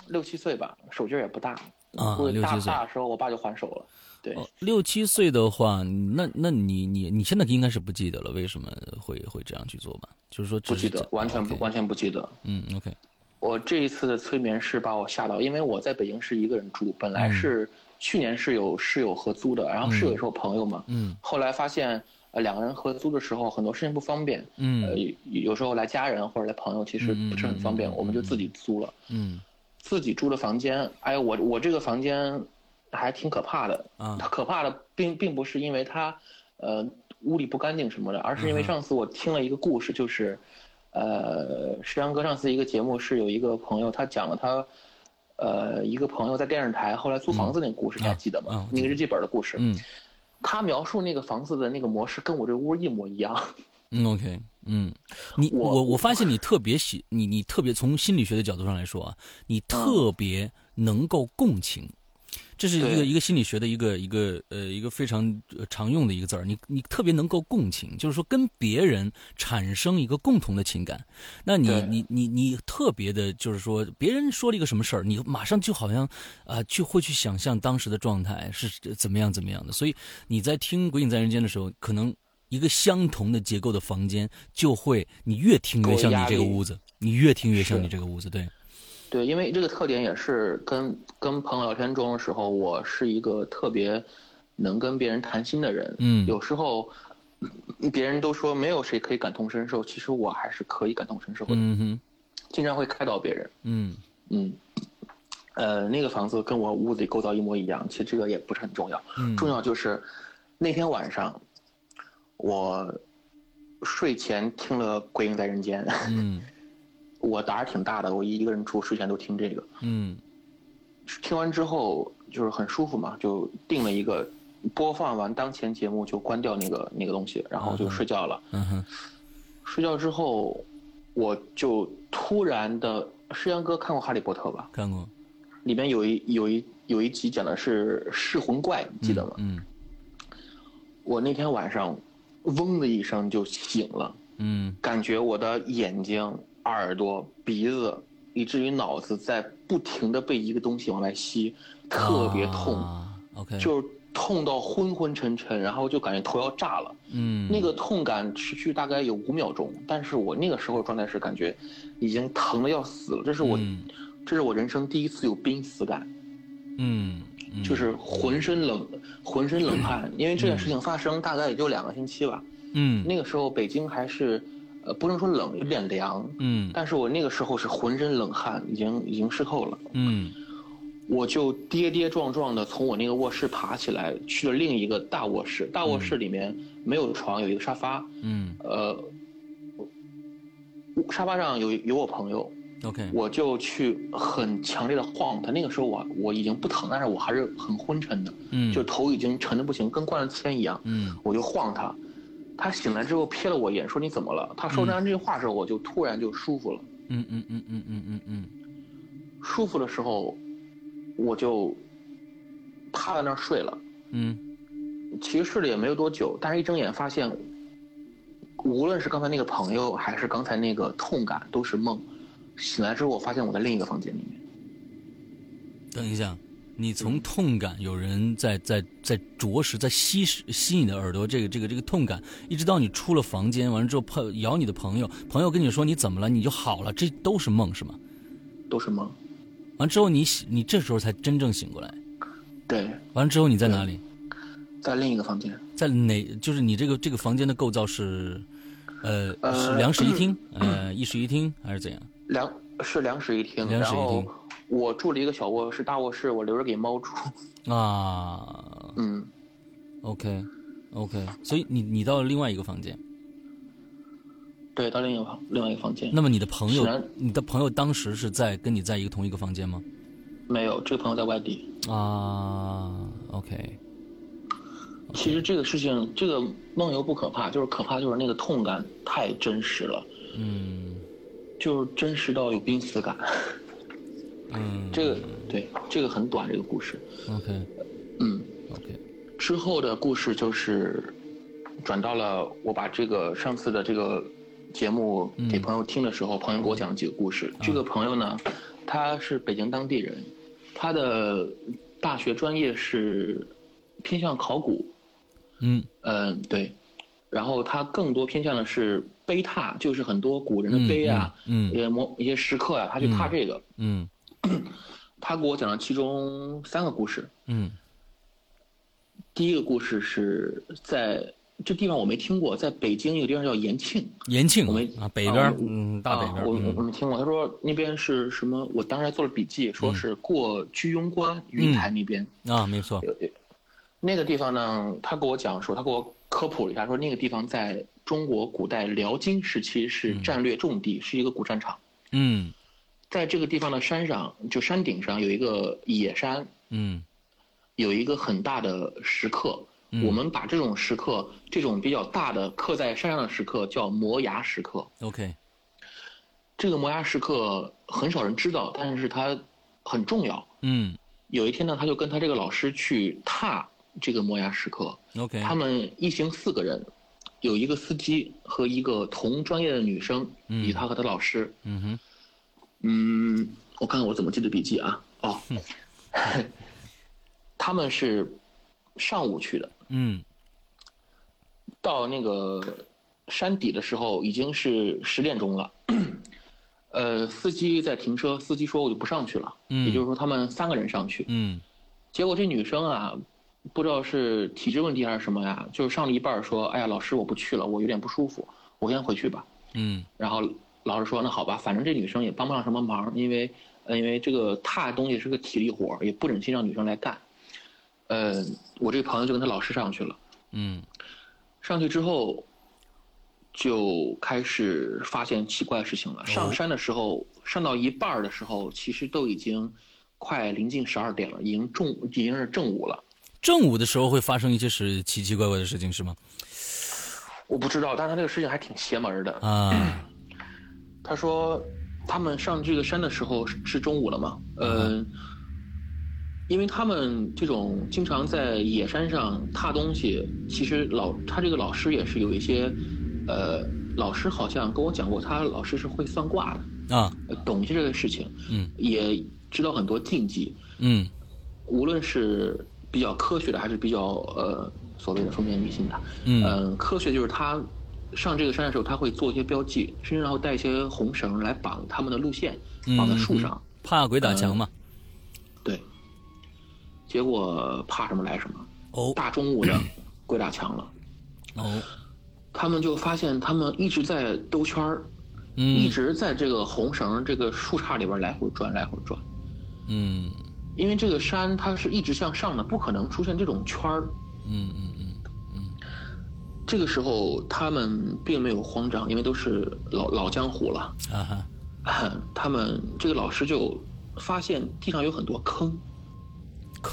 [SPEAKER 3] 六七岁吧，手劲儿也不大，
[SPEAKER 2] 啊
[SPEAKER 3] 估计
[SPEAKER 2] 六
[SPEAKER 3] 大
[SPEAKER 2] 七岁
[SPEAKER 3] 大的时候我爸就还手了，对，
[SPEAKER 2] 哦，六七岁的话，那那你你你现在应该是不记得了，为什么会会这样去做吧？就是说只
[SPEAKER 3] 不
[SPEAKER 2] 是
[SPEAKER 3] 记得
[SPEAKER 2] 这，
[SPEAKER 3] 完全不、
[SPEAKER 2] OK
[SPEAKER 3] 完全不记得，
[SPEAKER 2] 嗯，OK，
[SPEAKER 3] 我这一次的催眠是把我吓到，因为我在北京是一个人住，本
[SPEAKER 2] 嗯
[SPEAKER 3] 来是去年是有室友合租的，然后室友也是我朋友嘛，
[SPEAKER 2] 嗯
[SPEAKER 3] 后来发现呃两个人合租的时候很多事情不方便，呃
[SPEAKER 2] 嗯
[SPEAKER 3] 有有时候来家人或者来朋友其实不是很方
[SPEAKER 2] 嗯
[SPEAKER 3] 便，
[SPEAKER 2] 嗯嗯嗯
[SPEAKER 3] 我们就自己租了，
[SPEAKER 2] 嗯
[SPEAKER 3] 自己住的房间，哎我我这个房间还挺可怕的，
[SPEAKER 2] 啊
[SPEAKER 3] 可怕的并并不是因为它，呃，屋里不干净什么的，而是因为
[SPEAKER 2] 嗯哼
[SPEAKER 3] 上次我听了一个故事，就是，呃，石阳哥上次一个节目是有一个朋友，他讲了他，呃，一个朋友在电视台后来租房子那个故事，你还记得吗？
[SPEAKER 2] 啊啊我记
[SPEAKER 3] 那
[SPEAKER 2] 得
[SPEAKER 3] 个日记本的故事，
[SPEAKER 2] 嗯
[SPEAKER 3] 他描述那个房子的那个模式跟我这屋一模一样。
[SPEAKER 2] 嗯，OK，嗯，你
[SPEAKER 3] 我
[SPEAKER 2] 我我发现你特别喜你
[SPEAKER 3] 嗯
[SPEAKER 2] 你特别从心理学的角度上来说啊，你特别能够共情，这是一个
[SPEAKER 3] 对
[SPEAKER 2] 一个心理学的一个一个呃一个非常呃常用的一个字儿，你你特别能够共情，就是说跟别人产生一个共同的情感。那你
[SPEAKER 3] 对
[SPEAKER 2] 你你你特别的，就是说别人说了一个什么事儿，你马上就好像啊、就会去想象当时的状态是怎么样怎么样的。所以你在听《鬼影在人间》的时候，可能一个相同的结构的房间，就会你越听越像你这个屋子，你越听越像你这个屋子，对。
[SPEAKER 3] 对，因为这个特点也是跟跟朋友聊天中的时候，我是一个特别能跟别人谈心的人。
[SPEAKER 2] 嗯
[SPEAKER 3] 有时候嗯别人都说没有谁可以感同身受，其实我还是可以感同身受的，
[SPEAKER 2] 嗯哼，
[SPEAKER 3] 经常会开导别人。
[SPEAKER 2] 嗯
[SPEAKER 3] 嗯，呃，那个房子跟我屋里构造一模一样，其实这个也不是很重要，
[SPEAKER 2] 嗯，
[SPEAKER 3] 重要就是那天晚上我睡前听了《鬼影在人间》
[SPEAKER 2] 嗯
[SPEAKER 3] 我胆儿挺大的，我一个人住，睡前都听这个。
[SPEAKER 2] 嗯
[SPEAKER 3] 听完之后就是很舒服嘛，就定了一个播放完当前节目就关掉那个那个东西，然后就睡觉了。
[SPEAKER 2] 嗯哼，
[SPEAKER 3] 睡觉之后，我就突然的，诗阳哥看过《哈利波特》吧？
[SPEAKER 2] 看过，嗯
[SPEAKER 3] 里面有一有一有一集讲的是噬魂怪，你记得吗？
[SPEAKER 2] 嗯
[SPEAKER 3] 我那天晚上，嗡的一声就醒了，
[SPEAKER 2] 嗯
[SPEAKER 3] 感觉我的眼睛、耳朵、鼻子，以至于脑子在不停的被一个东西往外吸，特别痛。
[SPEAKER 2] 啊、OK，
[SPEAKER 3] 就是痛到昏昏沉沉，然后就感觉头要炸了。
[SPEAKER 2] 嗯
[SPEAKER 3] 那个痛感持续大概有五秒钟，但是我那个时候状态是感觉已经疼的要死了。这是我，
[SPEAKER 2] 嗯
[SPEAKER 3] 这是我人生第一次有濒死感，
[SPEAKER 2] 嗯嗯
[SPEAKER 3] 就是浑身冷，浑身冷汗。因为这件事情发生大概也就两个星期吧。
[SPEAKER 2] 嗯
[SPEAKER 3] 那个时候北京还是，呃，不能说冷，有点凉。
[SPEAKER 2] 嗯
[SPEAKER 3] 但是我那个时候是浑身冷汗，已经已经湿透了。
[SPEAKER 2] 嗯
[SPEAKER 3] 我就跌跌撞撞的从我那个卧室爬起来，去了另一个大卧室。大卧室里面没有床，有一个沙发，
[SPEAKER 2] 嗯
[SPEAKER 3] 呃，沙发上有有我朋友，
[SPEAKER 2] OK，
[SPEAKER 3] 我就去很强烈的晃他。那个时候我我已经不疼，但是我还是很昏沉的，
[SPEAKER 2] 嗯
[SPEAKER 3] 就头已经沉的不行，跟灌了铅一样。
[SPEAKER 2] 嗯
[SPEAKER 3] 我就晃他，他醒来之后瞥了我一眼，说你怎么了？他说完这句话之后，我就突然就舒服了。
[SPEAKER 2] 嗯嗯嗯嗯嗯嗯
[SPEAKER 3] 舒服的时候，我就趴在那儿睡了。
[SPEAKER 2] 嗯
[SPEAKER 3] 其实睡了也没有多久，但是一睁眼发现，无论是刚才那个朋友，还是刚才那个痛感，都是梦。醒来之后，我发现我在另一个房间里面。
[SPEAKER 2] 嗯，等一下。你从痛感，有人在在在着实在吸吸你的耳朵，这个这个这个痛感，一直到你出了房间，完了之后碰咬你的朋友，朋友跟你说你怎么了，你就好了，这都是梦是吗？
[SPEAKER 3] 都是梦。
[SPEAKER 2] 完之后你醒，你这时候才真正醒过来。
[SPEAKER 3] 对，
[SPEAKER 2] 完了之后你在哪里？
[SPEAKER 3] 在另一个房间。
[SPEAKER 2] 在哪？就是你这个这个房间的构造是，呃，
[SPEAKER 3] 呃
[SPEAKER 2] 是两室一厅，呃，一室一厅还是怎样？
[SPEAKER 3] 两是两室一厅，
[SPEAKER 2] 两
[SPEAKER 3] 然
[SPEAKER 2] 室一厅
[SPEAKER 3] 后我住了一个小卧室，大卧室我留着给猫住。
[SPEAKER 2] 啊
[SPEAKER 3] 嗯，
[SPEAKER 2] ，OK，OK，、所以你你到了另外一个房间，
[SPEAKER 3] 对，到另一个房另外一个房间。
[SPEAKER 2] 那么你的朋友
[SPEAKER 3] 是啊，
[SPEAKER 2] 你的朋友当时是在跟你在一个同一个房间吗？
[SPEAKER 3] 没有，这个朋友在外地。
[SPEAKER 2] 啊，OK，
[SPEAKER 3] 其实这个事情，这个梦游不可怕，就是可怕就是那个痛感太真实了，
[SPEAKER 2] 嗯
[SPEAKER 3] 就是真实到有濒死感。
[SPEAKER 2] 嗯，
[SPEAKER 3] 这个对，这个很短，这个故事。
[SPEAKER 2] OK
[SPEAKER 3] 嗯，
[SPEAKER 2] OK，
[SPEAKER 3] 之后的故事就是转到了我把这个上次的这个节目给朋友听的时候，朋友给我讲了几个故
[SPEAKER 2] 嗯
[SPEAKER 3] 事。这个朋友呢，他是北京当地人，他的大学专业是偏向考古，
[SPEAKER 2] 嗯
[SPEAKER 3] 嗯，对。然后他更多偏向的是碑拓，就是很多古人的碑啊，
[SPEAKER 2] 嗯嗯嗯
[SPEAKER 3] 一些模一些石刻啊，他去拓这个。
[SPEAKER 2] 嗯
[SPEAKER 3] 他给我讲了其中三个故事，
[SPEAKER 2] 嗯
[SPEAKER 3] 第一个故事是在这地方我没听过，在北京有个地方叫延庆，
[SPEAKER 2] 延庆
[SPEAKER 3] 我们
[SPEAKER 2] 啊，北边儿
[SPEAKER 3] 啊，我
[SPEAKER 2] 嗯，大北边
[SPEAKER 3] 啊
[SPEAKER 2] 儿，
[SPEAKER 3] 我我我
[SPEAKER 2] 嗯
[SPEAKER 3] 没听过。他说那边是什么？我当时还做了笔记，说是过居庸关
[SPEAKER 2] 嗯
[SPEAKER 3] 云台那边、
[SPEAKER 2] 啊，没错，
[SPEAKER 3] 那个地方呢，他给我讲说，他给我科普了一下，说那个地方在中国古代辽金时期是战略重地，是一个古战场。
[SPEAKER 2] 嗯
[SPEAKER 3] 在这个地方的山上，就山顶上有一个野山，
[SPEAKER 2] 嗯
[SPEAKER 3] 有一个很大的石刻，
[SPEAKER 2] 嗯
[SPEAKER 3] 我们把这种石刻，这种比较大的刻在山上的石刻叫摩崖石刻。
[SPEAKER 2] ，OK，嗯
[SPEAKER 3] 这个摩崖石刻很少人知道，但是它很重要，有一天呢，他就跟他这个老师去踏这个摩崖石刻。
[SPEAKER 2] OK，
[SPEAKER 3] 他们一行四个人，有一个司机和一个同专业的女生，
[SPEAKER 2] 嗯
[SPEAKER 3] 以及他和他老师。
[SPEAKER 2] 嗯哼，
[SPEAKER 3] 嗯，我看看我怎么记的笔记啊。哦，他们是上午去的，
[SPEAKER 2] 嗯
[SPEAKER 3] 到那个山底的时候已经是十点钟了。呃，司机在停车，司机说我就不上去了，
[SPEAKER 2] 嗯
[SPEAKER 3] 也就是说他们三个人上去。
[SPEAKER 2] 嗯
[SPEAKER 3] 结果这女生啊，不知道是体质问题还是什么呀，就是上了一半儿说：“哎呀，老师，我不去了，我有点不舒服，我先回去吧。
[SPEAKER 2] 嗯”
[SPEAKER 3] 然后老师说：“那好吧，反正这女生也帮不上什么忙，因为呃因为这个踏东西是个体力活儿，也不忍心让女生来干。”呃，我这个朋友就跟他老师上去了，
[SPEAKER 2] 嗯
[SPEAKER 3] 上去之后就开始发现奇怪的事情了。上山的时候，上到一半儿的时候，其实都已经快临近十二点了，已经中已经是正午了。
[SPEAKER 2] 正午的时候会发生一些事奇奇怪怪的事情是吗？
[SPEAKER 3] 我不知道，但是他这个事情还挺邪门儿的。
[SPEAKER 2] 啊，
[SPEAKER 3] 他说，他们上这个山的时候是是中午了嘛？呃，因为他们这种经常在野山上踏东西，其实老他这个老师也是有一些，呃，老师好像跟我讲过，他老师是会算卦的，
[SPEAKER 2] 啊，
[SPEAKER 3] 呃懂一些这个事情，
[SPEAKER 2] 嗯
[SPEAKER 3] 也知道很多禁忌，
[SPEAKER 2] 嗯
[SPEAKER 3] 无论是比较科学的，还是比较呃所谓的封建迷信的，
[SPEAKER 2] 嗯
[SPEAKER 3] 呃科学就是他上这个山的时候，他会做一些标记，甚至然后带一些红绳来绑他们的路线，
[SPEAKER 2] 嗯，
[SPEAKER 3] 绑在树上。
[SPEAKER 2] 嗯，怕鬼打墙嘛。
[SPEAKER 3] 对，结果怕什么来什么，
[SPEAKER 2] 哦
[SPEAKER 3] 大中午 的鬼打墙了，
[SPEAKER 2] 哦，
[SPEAKER 3] 他们就发现他们一直在兜圈儿，一
[SPEAKER 2] 嗯
[SPEAKER 3] 直在这个红绳这个树杈里边来回转，来回转。
[SPEAKER 2] 嗯
[SPEAKER 3] 因为这个山它是一直向上的，不可能出现这种圈儿，
[SPEAKER 2] 嗯嗯嗯，
[SPEAKER 3] 这个时候他们并没有慌张，因为都是老老江湖了。
[SPEAKER 2] 啊哈，
[SPEAKER 3] 他们这个老师就发现地上有很多坑，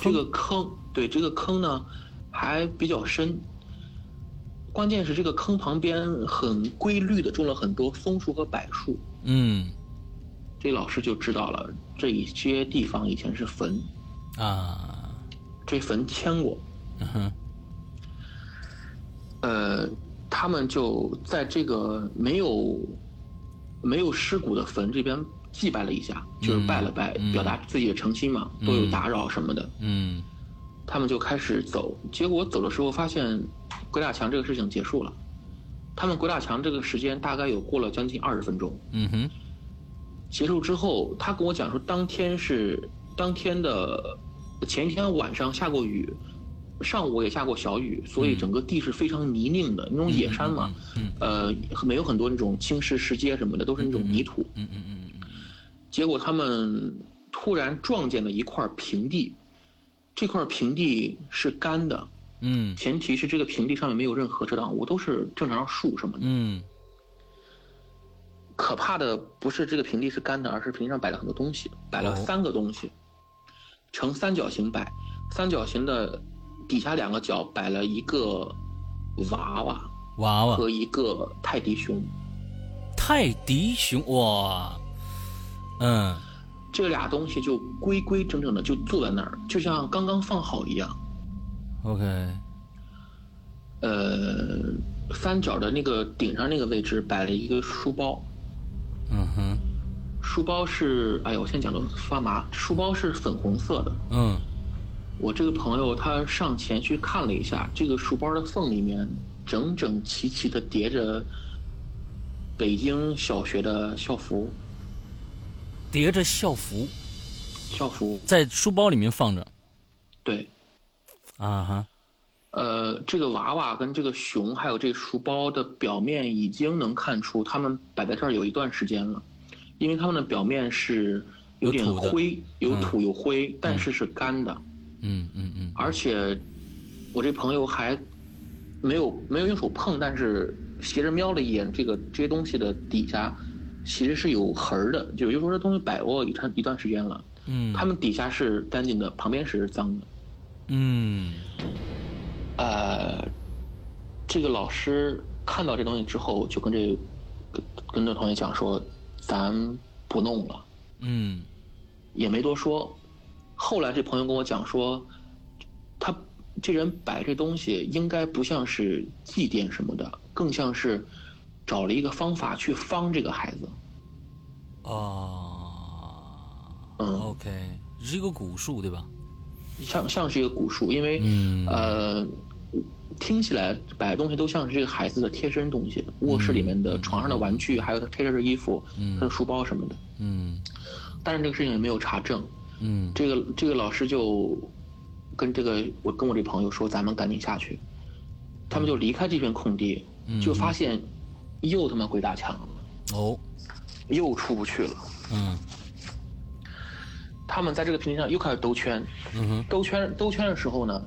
[SPEAKER 3] 这个坑对这个坑呢还比较深，关键是这个坑旁边很规律的种了很多松树和柏树。
[SPEAKER 2] 嗯
[SPEAKER 3] 这老师就知道了，这一些地方以前是坟，
[SPEAKER 2] 啊，
[SPEAKER 3] 这坟迁过。
[SPEAKER 2] 嗯哼，
[SPEAKER 3] 呃，他们就在这个没有没有尸骨的坟这边祭拜了一下，就是拜了拜，
[SPEAKER 2] 嗯
[SPEAKER 3] 表达自己的诚心嘛，都有打扰什么的。
[SPEAKER 2] 嗯
[SPEAKER 3] 他们就开始走，结果走的时候发现鬼打墙这个事情结束了。他们鬼打墙这个时间大概有过了将近二十分钟，
[SPEAKER 2] 嗯哼，
[SPEAKER 3] 结束之后，他跟我讲说，当天是当天的前一天晚上下过雨，上午也下过小雨，所
[SPEAKER 2] 嗯
[SPEAKER 3] 以整个地是非常泥泞的，那种野山嘛，呃，没有很多那种青石石阶什么的，都是那种泥土。
[SPEAKER 2] 嗯嗯嗯嗯
[SPEAKER 3] 结果他们突然撞见了一块平地，这块平地是干的，
[SPEAKER 2] 嗯
[SPEAKER 3] 前提是这个平地上面没有任何遮挡物，都是正常树什么的。
[SPEAKER 2] 嗯
[SPEAKER 3] 可怕的不是这个平地是干的，而是平地上摆了很多东西，摆了
[SPEAKER 2] 哦
[SPEAKER 3] 三个东西，呈三角形摆，三角形的底下两个角摆了一个娃娃
[SPEAKER 2] 嗯，娃娃
[SPEAKER 3] 和一个泰迪熊，
[SPEAKER 2] 泰迪熊哇，嗯
[SPEAKER 3] 这俩东西就规规整整的就坐在那儿，就像刚刚放好一样。
[SPEAKER 2] ，OK，
[SPEAKER 3] 呃，三角的那个顶上那个位置摆了一个书包，
[SPEAKER 2] 嗯哼，
[SPEAKER 3] 书包是，哎呀，我现在讲的发麻，书包是粉红色的，
[SPEAKER 2] 嗯
[SPEAKER 3] 我这个朋友他上前去看了一下，这个书包的缝里面整整齐齐的叠着北京小学的校服，
[SPEAKER 2] 叠着校服
[SPEAKER 3] 校服
[SPEAKER 2] 在书包里面放着
[SPEAKER 3] 对，
[SPEAKER 2] 啊哈，
[SPEAKER 3] 呃，这个娃娃跟这个熊还有这个书包的表面已经能看出，他们摆在这儿有一段时间了，因为他们的表面是有点
[SPEAKER 2] 有土的
[SPEAKER 3] 灰，有土有灰，但是是干的，
[SPEAKER 2] 嗯嗯嗯
[SPEAKER 3] 而且我这朋友还没有没有用手碰，但是斜着瞄了一眼这个这些东西的底下，其实是有痕儿的，就也就是说这东西摆过一段一段时间了。
[SPEAKER 2] 嗯，
[SPEAKER 3] 它们底下是干净的，旁边是脏的。
[SPEAKER 2] 嗯
[SPEAKER 3] 呃，这个老师看到这东西之后，就跟这跟跟这同学讲说，咱不弄了，
[SPEAKER 2] 嗯
[SPEAKER 3] 也没多说。后来这朋友跟我讲说，他这人摆这东西应该不像是祭奠什么的，更像是找了一个方法去方这个孩子。
[SPEAKER 2] 哦
[SPEAKER 3] 嗯，
[SPEAKER 2] ，OK，是一个古树对吧？
[SPEAKER 3] 像像是一个古树，因为、
[SPEAKER 2] 嗯
[SPEAKER 3] 呃，听起来摆的东西都像是这个孩子的贴身东西，卧室里面的床上的玩具，还有他贴着的衣服、他的书包什么的。
[SPEAKER 2] 嗯
[SPEAKER 3] 但是这个事情也没有查证，
[SPEAKER 2] 嗯
[SPEAKER 3] 这个这个老师就跟这个我跟我这朋友说，咱们赶紧下去。他们就离开这片空地，就发现又他妈鬼打墙了，
[SPEAKER 2] 哦
[SPEAKER 3] 又出不去了。
[SPEAKER 2] 嗯
[SPEAKER 3] 他们在这个平地上又开始兜圈，
[SPEAKER 2] 嗯哼
[SPEAKER 3] 兜圈兜圈的时候呢，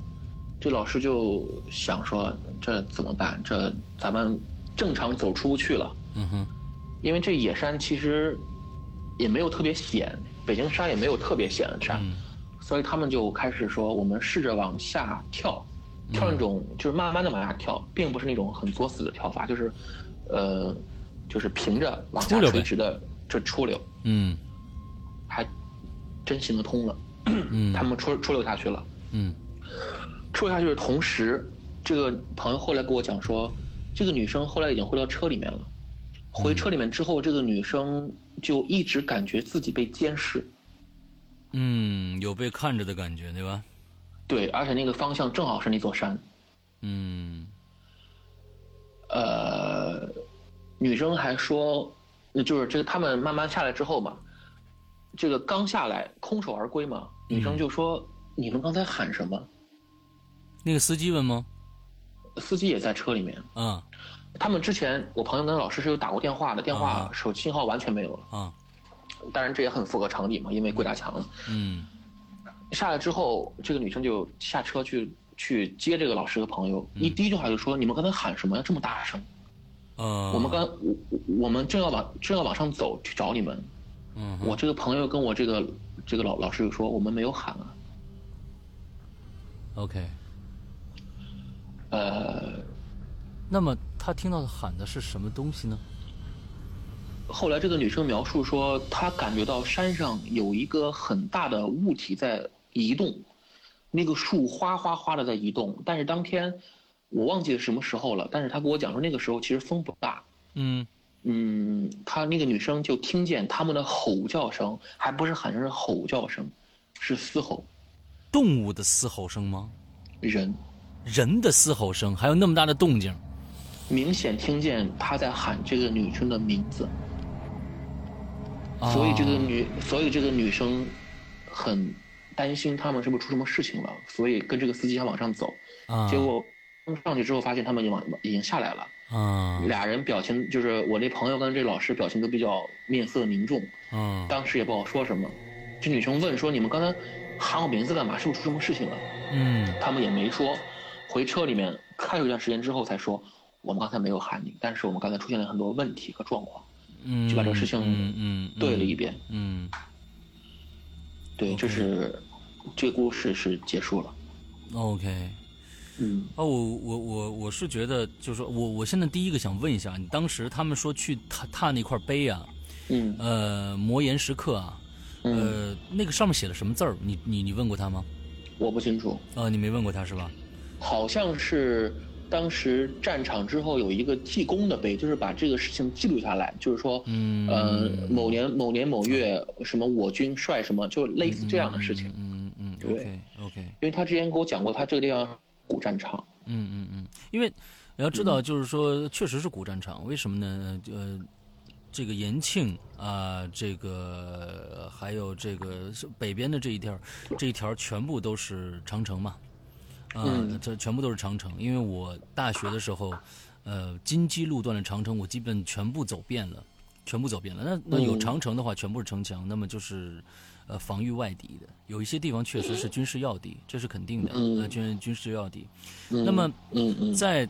[SPEAKER 3] 这老师就想说这怎么办？这咱们正常走出不去了，
[SPEAKER 2] 嗯哼
[SPEAKER 3] 因为这野山其实也没有特别险，北京山也没有特别险的山，
[SPEAKER 2] 嗯
[SPEAKER 3] 所以他们就开始说我们试着往下跳，跳
[SPEAKER 2] 嗯
[SPEAKER 3] 那种就是慢慢的往下跳，并不是那种很作死的跳法，就是呃就是平着往
[SPEAKER 2] 出
[SPEAKER 3] 下
[SPEAKER 2] 溜呗
[SPEAKER 3] 垂直的这出溜，
[SPEAKER 2] 嗯
[SPEAKER 3] 还真行得通了，他们出出溜下去了。
[SPEAKER 2] 嗯
[SPEAKER 3] 出下去的同时，这个朋友后来跟我讲说，这个女生后来已经回到车里面了。回车里面之后，这个女生就一直感觉自己被监视，
[SPEAKER 2] 嗯，有被看着的感觉对吧？
[SPEAKER 3] 对，而且那个方向正好是那座山。
[SPEAKER 2] 嗯
[SPEAKER 3] 呃，女生还说，那就是这个他们慢慢下来之后嘛，这个刚下来空手而归嘛，女生就说：“你们刚才喊什么
[SPEAKER 2] 那个司机问吗？？”
[SPEAKER 3] 司机也在车里面。
[SPEAKER 2] 啊
[SPEAKER 3] 他们之前，我朋友跟老师是有打过电话的，电话
[SPEAKER 2] 啊
[SPEAKER 3] 手信号完全没有了。
[SPEAKER 2] 啊
[SPEAKER 3] 当然这也很符合常理嘛，因为鬼打墙了。
[SPEAKER 2] 嗯
[SPEAKER 3] 下来之后，这个女生就下车去去接这个老师和朋友，一第一句话就说：“你们刚才喊什么呀？这么大声！
[SPEAKER 2] 呃，
[SPEAKER 3] 我们刚我我我们正要往正要往上走去找你们。
[SPEAKER 2] 嗯
[SPEAKER 3] 我这个朋友跟我这个这个老老师就说：“我们没有喊啊。
[SPEAKER 2] OK，”
[SPEAKER 3] 呃，
[SPEAKER 2] 那么他听到喊的是什么东西呢？
[SPEAKER 3] 后来这个女生描述说，她感觉到山上有一个很大的物体在移动，那个树哗哗哗的在移动。但是当天我忘记了什么时候了，但是她跟我讲说，那个时候其实风不大。
[SPEAKER 2] 嗯
[SPEAKER 3] 嗯，她那个女生就听见他们的吼叫声，还不是喊声，是吼叫声，是嘶吼
[SPEAKER 2] 动物的嘶吼声吗？
[SPEAKER 3] 人，
[SPEAKER 2] 人的嘶吼声，还有那么大的动静，
[SPEAKER 3] 明显听见她在喊这个女生的名字，所以这个
[SPEAKER 2] 啊
[SPEAKER 3] 女，所以这个女生很担心他们是不是出什么事情了，所以跟这个司机还往上走，
[SPEAKER 2] 啊，
[SPEAKER 3] 结果上去之后发现他们已经往已经下来了，
[SPEAKER 2] 啊
[SPEAKER 3] 俩人表情就是我那朋友跟这老师表情都比较面色凝重，
[SPEAKER 2] 嗯
[SPEAKER 3] 当时也不好说什么。这女生问说：“你们刚才喊我名字干嘛？是不是出什么事情了
[SPEAKER 2] 嗯？”
[SPEAKER 3] 他们也没说。回车里面开了一段时间之后才说：“我们刚才没有喊你，但是我们刚才出现了很多问题和状况。
[SPEAKER 2] 嗯，
[SPEAKER 3] 就把这个事情
[SPEAKER 2] 嗯嗯嗯
[SPEAKER 3] 对了一遍。
[SPEAKER 2] 嗯
[SPEAKER 3] 对，
[SPEAKER 2] OK
[SPEAKER 3] 这是这个故事是结束了。
[SPEAKER 2] ，OK。
[SPEAKER 3] 嗯，
[SPEAKER 2] 哦，我我我我是觉得，就是说我我现在第一个想问一下，你当时他们说去踏踏那块碑啊，
[SPEAKER 3] 嗯
[SPEAKER 2] 呃，魔岩石刻啊，
[SPEAKER 3] 嗯，
[SPEAKER 2] 呃，那个上面写了什么字儿？你你你问过他吗？
[SPEAKER 3] 我不清楚，
[SPEAKER 2] 呃，你没问过他是吧？
[SPEAKER 3] 好像是当时战场之后有一个记功的碑，就是把这个事情记录下来，就是说，
[SPEAKER 2] 嗯
[SPEAKER 3] 呃，某年某年某月什么我军率什么，就类似这样的事情。
[SPEAKER 2] 嗯嗯
[SPEAKER 3] 对
[SPEAKER 2] ，OK OK，
[SPEAKER 3] 因为他之前跟我讲过，他这个地方古战场，
[SPEAKER 2] 嗯嗯嗯，因为你要知道，就是说，确实是古战场，为什么呢？呃，这个延庆啊、这个呃还有这个是北边的这一条，这一条全部都是长城嘛，啊、
[SPEAKER 3] 嗯
[SPEAKER 2] 这全部都是长城。因为我大学的时候，呃，金鸡路段的长城我基本全部走遍了，全部走遍了。那那有
[SPEAKER 3] 嗯
[SPEAKER 2] 长城的话，全部是城墙，那么就是。呃，防御外敌的有一些地方确实是军事要地，这是肯定的。
[SPEAKER 3] 嗯
[SPEAKER 2] 呃，军军事要地。
[SPEAKER 3] 嗯
[SPEAKER 2] 那么，
[SPEAKER 3] 嗯嗯
[SPEAKER 2] 在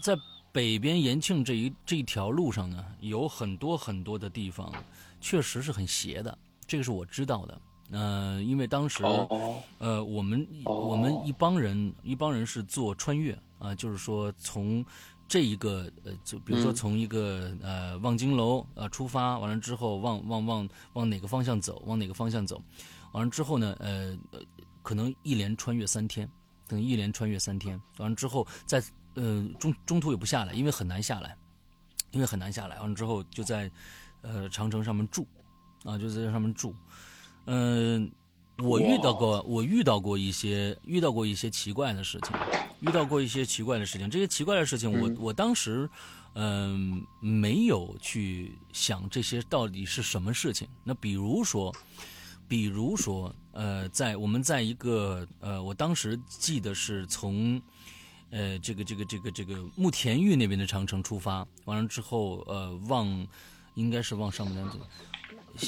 [SPEAKER 2] 在北边延庆这一这一条路上呢，有很多很多的地方，确实是很邪的，这个是我知道的。呃，因为当时、
[SPEAKER 3] 哦哦，
[SPEAKER 2] 呃，我们一
[SPEAKER 3] 哦
[SPEAKER 2] 我们一帮人一帮人是做穿越啊、就是说从这一个呃，就比如说从一个、呃望京楼呃出发，完了之后往往往往哪个方向走，往哪个方向走，完了之后呢，呃，呃可能一连穿越三天，可能一连穿越三天，完了之后在呃中中途也不下来，因为很难下来，因为很难下来，完了之后就在呃长城上面住，啊、就在这上面住，嗯、我遇到过，我遇到过一些遇到过一些奇怪的事情，遇到过一些奇怪的事情。这些奇怪的事情我，我、当时，嗯、没有去想这些到底是什么事情。那比如说，比如说，呃，在我们在一个呃，我当时记得是从。呃，这个这个这个这个慕田峪那边的长城出发，完了之后，呃，往应该是往上面走，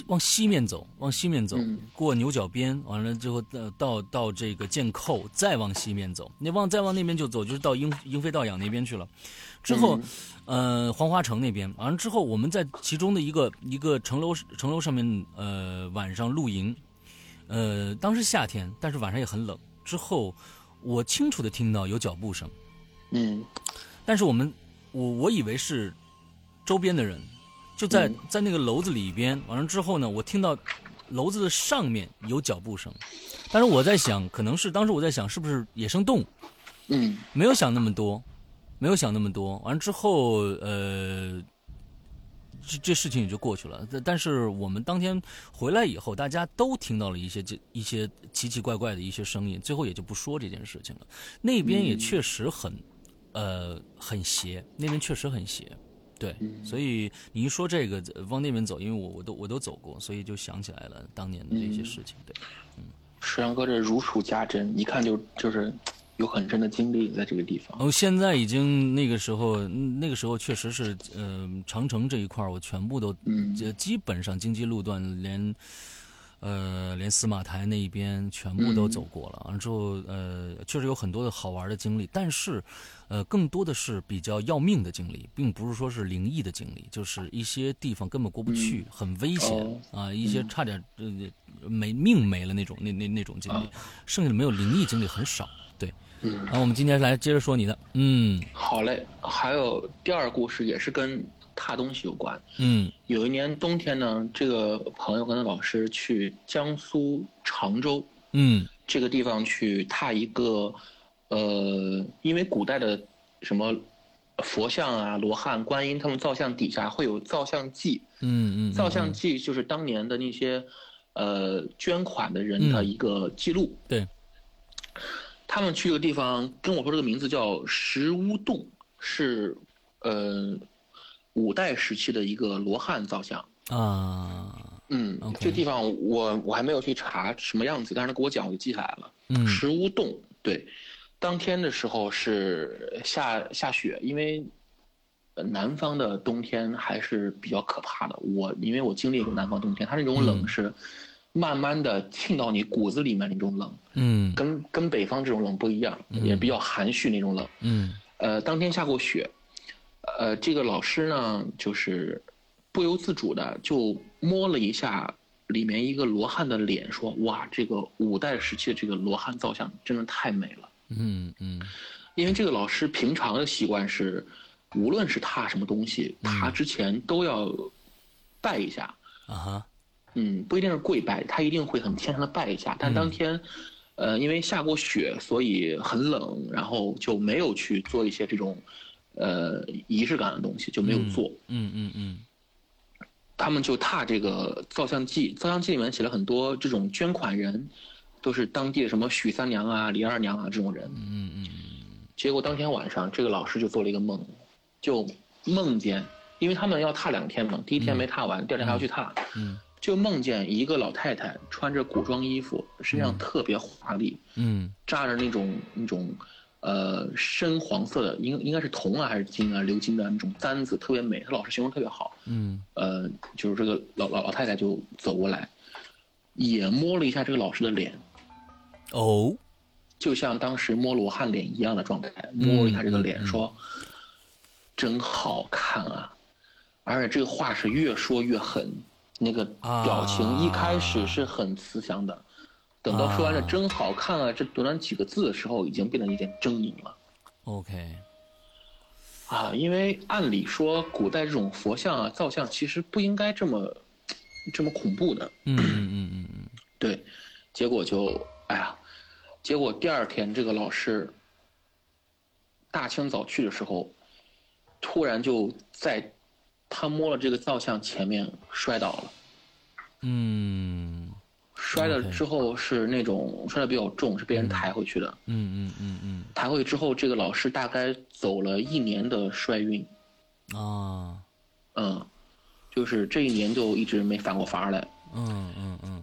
[SPEAKER 2] 往西面走，往西面走，过牛角边，完了之后到到到这个箭扣，再往西面走，你往再往那边就走，就是到英英飞道养那边去了。之后，呃，黄花城那边，完了之后，我们在其中的一个一个城楼城楼上面，呃，晚上露营，呃，当时夏天，但是晚上也很冷。之后，我清楚的听到有脚步声，
[SPEAKER 3] 嗯
[SPEAKER 2] 但是我们我我以为是周边的人，就在、在那个楼子里边。完了之后呢，我听到楼子的上面有脚步声，但是我在想，可能是当时我在想是不是野生动物，
[SPEAKER 3] 嗯
[SPEAKER 2] 没有想那么多，没有想那么多。完了之后，呃。这这事情也就过去了，但但是我们当天回来以后，大家都听到了一些这一些奇奇怪怪的一些声音，最后也就不说这件事情了。那边也确实很，呃，很邪，那边确实很邪，对，所以你一说这个呃往那边走，因为我我都我都走过，所以就想起来了当年的这些事情，对。
[SPEAKER 3] 石阳哥这如数家珍，一看就就是有很深的经历在这个地方。
[SPEAKER 2] 哦，现在已经那个时候，嗯那个时候确实是，呃，长城这一块儿我全部都，呃基本上经济路段连，呃，连司马台那一边全部
[SPEAKER 3] 嗯
[SPEAKER 2] 都走过了。完、之后，呃，确实有很多的好玩的经历，但是，呃，更多的是比较要命的经历，并不是说是灵异的经历，就是一些地方根本过不去，很危险
[SPEAKER 3] 嗯哦
[SPEAKER 2] 啊、一些差点呃没命没了那种那那那种经历，
[SPEAKER 3] 啊
[SPEAKER 2] 剩下的没有灵异经历很少，对。
[SPEAKER 3] 嗯
[SPEAKER 2] 然后我们今天来接着说你的，嗯
[SPEAKER 3] 好嘞，还有第二故事也是跟踏东西有关。
[SPEAKER 2] 嗯
[SPEAKER 3] 有一年冬天呢，这个朋友跟他老师去江苏常州
[SPEAKER 2] 嗯
[SPEAKER 3] 这个地方去踏一个，呃，因为古代的什么佛像啊、罗汉、观音他们造像底下会有造像记，
[SPEAKER 2] 嗯嗯，
[SPEAKER 3] 造像记就是当年的那些，呃，捐款的人
[SPEAKER 2] 嗯
[SPEAKER 3] 的一个记录。
[SPEAKER 2] 对，
[SPEAKER 3] 他们去这个地方，跟我说这个名字叫石屋洞，是，呃，五代时期的一个罗汉造像。
[SPEAKER 2] 嗯啊，
[SPEAKER 3] 嗯
[SPEAKER 2] OK
[SPEAKER 3] 这地方我我还没有去查什么样子，但是他给我讲我就记下来了。
[SPEAKER 2] 嗯
[SPEAKER 3] 石屋洞，对，当天的时候是下下雪，因为呃南方的冬天还是比较可怕的。我因为我经历过南方冬天，它那种
[SPEAKER 2] 嗯
[SPEAKER 3] 冷是慢慢的沁到你骨子里面那种冷，
[SPEAKER 2] 嗯
[SPEAKER 3] 跟跟北方这种冷不一样，也比较含蓄那种冷。
[SPEAKER 2] 嗯
[SPEAKER 3] 呃，当天下过雪，呃，这个老师呢，就是不由自主的就摸了一下里面一个罗汉的脸，说：“哇，这个五代时期的这个罗汉造像真的太美了。
[SPEAKER 2] 嗯嗯”
[SPEAKER 3] 因为这个老师平常的习惯是，无论是踏什么东西，踏之前都要拜一下，
[SPEAKER 2] 啊哈，
[SPEAKER 3] 嗯，不一定是跪拜，他一定会很虔诚的拜一下。但当天，呃，因为下过雪，所以很冷，然后就没有去做一些这种，呃，仪式感的东西，就没有做。
[SPEAKER 2] 嗯嗯嗯
[SPEAKER 3] 他们就踏这个造像记，造像记里面写了很多这种捐款人，都是当地的什么许三娘啊、李二娘啊这种人。
[SPEAKER 2] 嗯嗯
[SPEAKER 3] 结果当天晚上，这个老师就做了一个梦，就梦见，因为他们要踏两天嘛，第一天没踏完，第二天还要去踏，
[SPEAKER 2] 嗯
[SPEAKER 3] 就梦见一个老太太穿着古装衣服，身上特别华丽，
[SPEAKER 2] 嗯
[SPEAKER 3] 扎着那种那种，呃，深黄色的，应应该是铜啊还是金啊，鎏金的那种簪子，特别美。他老师形容特别好。
[SPEAKER 2] 嗯
[SPEAKER 3] 呃，就是这个老老老太太就走过来，也摸了一下这个老师的脸，
[SPEAKER 2] 哦，
[SPEAKER 3] 就像当时摸罗汉脸一样的状态，摸了一下这个脸，说：“真好看啊！”而且这个话是越说越狠，那个表情一开始是很慈祥的，等到说完了
[SPEAKER 2] 啊
[SPEAKER 3] “真好看啊”这短短几个字的时候，已经变得有点狰狞了。
[SPEAKER 2] OK，
[SPEAKER 3] 啊，因为按理说古代这种佛像啊、造像其实不应该这么这么恐怖的，
[SPEAKER 2] 嗯嗯嗯嗯
[SPEAKER 3] 对，结果就哎呀，结果第二天这个老师大清早去的时候，突然就在他摸了这个造像前面摔倒了，
[SPEAKER 2] 嗯
[SPEAKER 3] 摔了
[SPEAKER 2] OK
[SPEAKER 3] 之后是那种摔的比较重，是被人抬回去的。
[SPEAKER 2] 嗯嗯嗯
[SPEAKER 3] 抬回去之后，这个老师大概走了一年的衰运，
[SPEAKER 2] 嗯啊，
[SPEAKER 3] 嗯，就是这一年就一直没反过乏来。
[SPEAKER 2] 嗯嗯嗯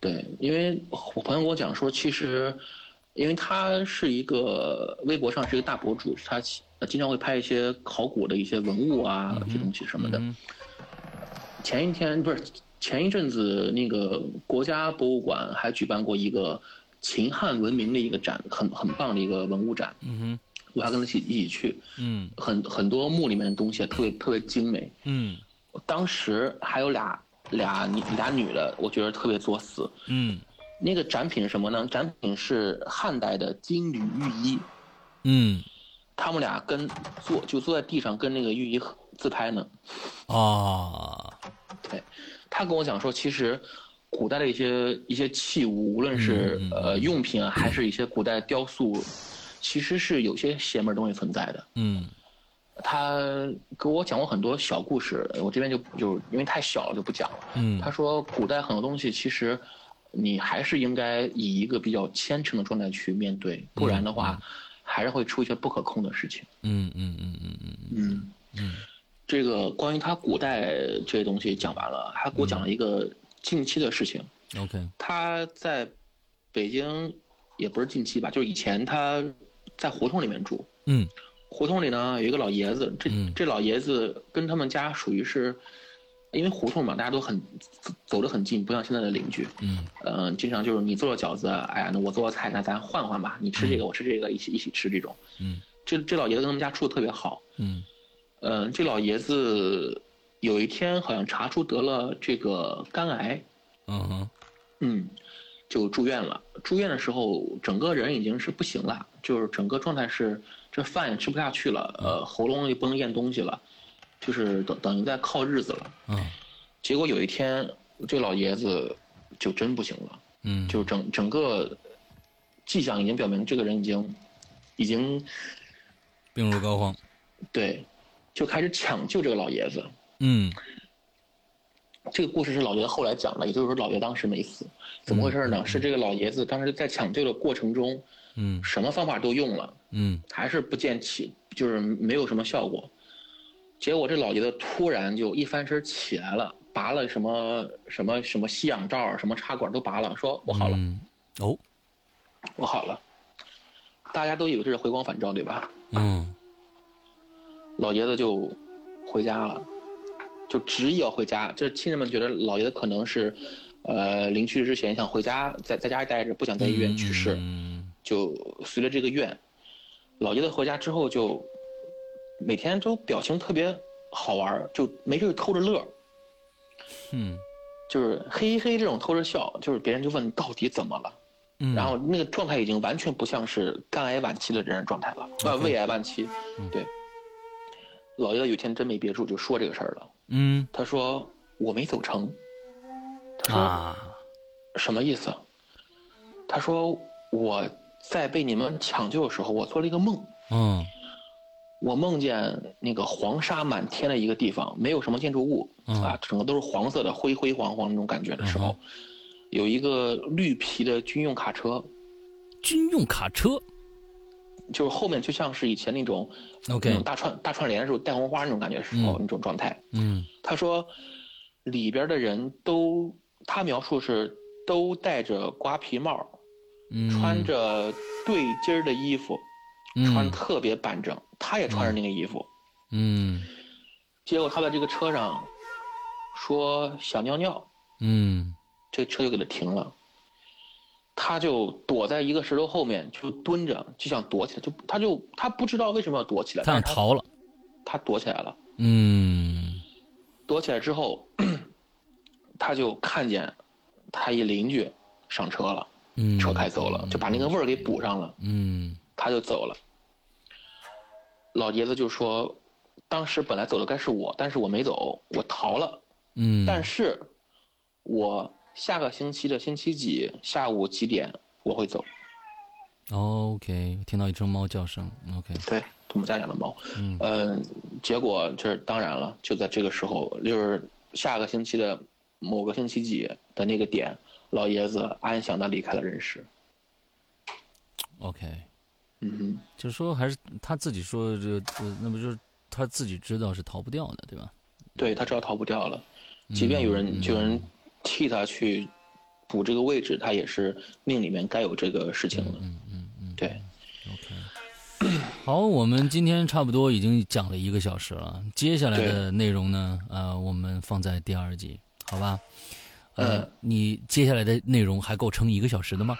[SPEAKER 3] 对，因为我朋友跟我讲说，其实，因为他是一个微博上是一个大博主，他喜呃经常会拍一些考古的一些文物啊、一些东西什么的。
[SPEAKER 2] 嗯
[SPEAKER 3] 前一天不是前一阵子，那个国家博物馆还举办过一个秦汉文明的一个展，很很棒的一个文物展，
[SPEAKER 2] 嗯哼
[SPEAKER 3] 我还跟他一起一起去，
[SPEAKER 2] 嗯
[SPEAKER 3] 很很多墓里面的东西特别特别精美。
[SPEAKER 2] 嗯
[SPEAKER 3] 当时还有俩俩女俩女的，我觉得特别作死。
[SPEAKER 2] 嗯
[SPEAKER 3] 那个展品是什么呢？展品是汉代的金缕玉衣，
[SPEAKER 2] 嗯
[SPEAKER 3] 他们俩跟坐就坐在地上跟那个御医合自拍呢。
[SPEAKER 2] 啊，
[SPEAKER 3] 对，他跟我讲说，其实古代的一些一些器物，无论是
[SPEAKER 2] 嗯嗯嗯
[SPEAKER 3] 呃用品啊，还是一些古代雕塑，其实是有些邪门儿东西存在的。
[SPEAKER 2] 嗯
[SPEAKER 3] 他给我讲过很多小故事，我这边就就因为太小了就不讲了。
[SPEAKER 2] 嗯
[SPEAKER 3] 他说，古代很多东西其实你还是应该以一个比较虔诚的状态去面对，不然的
[SPEAKER 2] 嗯
[SPEAKER 3] 话，还是会出一些不可控的事情。
[SPEAKER 2] 嗯嗯嗯嗯嗯
[SPEAKER 3] 嗯
[SPEAKER 2] 嗯，
[SPEAKER 3] 这个关于他古代这些东西讲完了，还给我讲了一个近期的事情。
[SPEAKER 2] 嗯，OK，
[SPEAKER 3] 他在北京也不是近期吧，就是以前他在胡同里面住，
[SPEAKER 2] 嗯
[SPEAKER 3] 胡同里呢有一个老爷子，这
[SPEAKER 2] 嗯
[SPEAKER 3] 这老爷子跟他们家属于是，因为胡同嘛，大家都很走走得很近，不像现在的邻居，
[SPEAKER 2] 嗯
[SPEAKER 3] 嗯、经常就是你做了饺子，哎呀，那我做了菜，那咱换换吧，你吃这个，我吃这个，一起一起吃这种。
[SPEAKER 2] 嗯
[SPEAKER 3] 这这老爷子跟他们家处的特别好，
[SPEAKER 2] 嗯
[SPEAKER 3] 嗯、这老爷子有一天好像查出得了这个肝癌，
[SPEAKER 2] 嗯哼
[SPEAKER 3] 嗯，就住院了。住院的时候，整个人已经是不行了，就是整个状态是这饭也吃不下去了，呃，喉咙也不能咽东西了，就是等等于在靠日子了。
[SPEAKER 2] 嗯
[SPEAKER 3] 结果有一天，这老爷子就真不行了，
[SPEAKER 2] 嗯
[SPEAKER 3] 就整整个迹象已经表明这个人已经已经
[SPEAKER 2] 病入膏肓，
[SPEAKER 3] 对，就开始抢救这个老爷子。
[SPEAKER 2] 嗯
[SPEAKER 3] 这个故事是老爷子后来讲的，也就是说老爷当时没死，怎么回事呢？是这个老爷子当时在抢救的过程中，
[SPEAKER 2] 嗯
[SPEAKER 3] 什么方法都用了，
[SPEAKER 2] 嗯
[SPEAKER 3] 还是不见起，就是没有什么效果。结果这老爷子突然就一翻身起来了，拔了什么什么什么吸氧罩啊、什么插管都拔了，说我好了，
[SPEAKER 2] 嗯哦
[SPEAKER 3] 我好了。大家都以为这是回光返照，对吧？
[SPEAKER 2] 嗯
[SPEAKER 3] 老爷子就回家了，就执意要回家。这亲人们觉得老爷子可能是，呃，临去之前想回家，在在家里待着，不想在医院去世。
[SPEAKER 2] 嗯
[SPEAKER 3] 就随着这个愿，老爷子回家之后就每天都表情特别好玩儿，就没事儿偷着乐儿，
[SPEAKER 2] 嗯
[SPEAKER 3] 就是嘿嘿这种偷着笑，就是别人就问你到底怎么了，
[SPEAKER 2] 嗯，
[SPEAKER 3] 然后那个状态已经完全不像是肝癌晚期的人的状态了，呃，胃癌晚期，
[SPEAKER 2] 嗯
[SPEAKER 3] 对。老爷子有一天真没憋住，就说这个事儿了。
[SPEAKER 2] 嗯
[SPEAKER 3] 他说我没走成，他说、
[SPEAKER 2] 啊
[SPEAKER 3] 什么意思？他说我在被你们抢救的时候，我做了一个梦。
[SPEAKER 2] 嗯
[SPEAKER 3] 我梦见那个黄沙满天的一个地方，没有什么建筑物、
[SPEAKER 2] 嗯
[SPEAKER 3] 啊，整个都是黄色的，灰灰黄黄那种感觉的时候，有一个绿皮的军用卡车，
[SPEAKER 2] 军用卡车
[SPEAKER 3] 就是后面就像是以前那种那
[SPEAKER 2] ，OK，
[SPEAKER 3] 种大串大串联的时候带红花那种感觉的时候、那种状态。
[SPEAKER 2] 嗯
[SPEAKER 3] 他说，里边的人都，他描述是都戴着瓜皮帽，
[SPEAKER 2] 嗯，
[SPEAKER 3] 穿着对襟儿的衣服，穿得特别板正，他也穿着那个衣服。
[SPEAKER 2] 嗯
[SPEAKER 3] 结果他在这个车上说想尿尿，
[SPEAKER 2] 嗯
[SPEAKER 3] 这车就给他停了。他就躲在一个石头后面，就蹲着，就想躲起来，就他就他不知道为什么要躲起来，
[SPEAKER 2] 他想
[SPEAKER 3] 但是
[SPEAKER 2] 逃了，
[SPEAKER 3] 他躲起来了。
[SPEAKER 2] 嗯
[SPEAKER 3] 躲起来之后， 他就看见他一邻居上车了，
[SPEAKER 2] 嗯，
[SPEAKER 3] 车开走了，就把那个味儿给补上了，
[SPEAKER 2] 嗯
[SPEAKER 3] 他就走了。老爷子就说，当时本来走的该是我，但是我没走，我逃了。
[SPEAKER 2] 嗯，
[SPEAKER 3] 但是，我下个星期的星期几下午几点我会走？
[SPEAKER 2] OK，听到一声猫叫声，OK，
[SPEAKER 3] 对，我们家养的猫。
[SPEAKER 2] 嗯
[SPEAKER 3] 嗯，结果就是当然了，就在这个时候，就是下个星期的某个星期几的那个点，老爷子安详的离开了人世。
[SPEAKER 2] OK，
[SPEAKER 3] 嗯哼。
[SPEAKER 2] 就是说还是他自己说这，呃那么就是他自己知道是逃不掉的，对吧？
[SPEAKER 3] 对他知道逃不掉了，即便有
[SPEAKER 2] 嗯
[SPEAKER 3] 人、有人替他去补这个位置，他也是命里面该有这个事情的。
[SPEAKER 2] 嗯嗯嗯，
[SPEAKER 3] 对，
[SPEAKER 2] OK，好， 我们今天差不多已经讲了一个小时了，接下来的内容呢，呃，我们放在第二集，好吧？呃，
[SPEAKER 3] 嗯
[SPEAKER 2] 你接下来的内容还够撑一个小时的吗？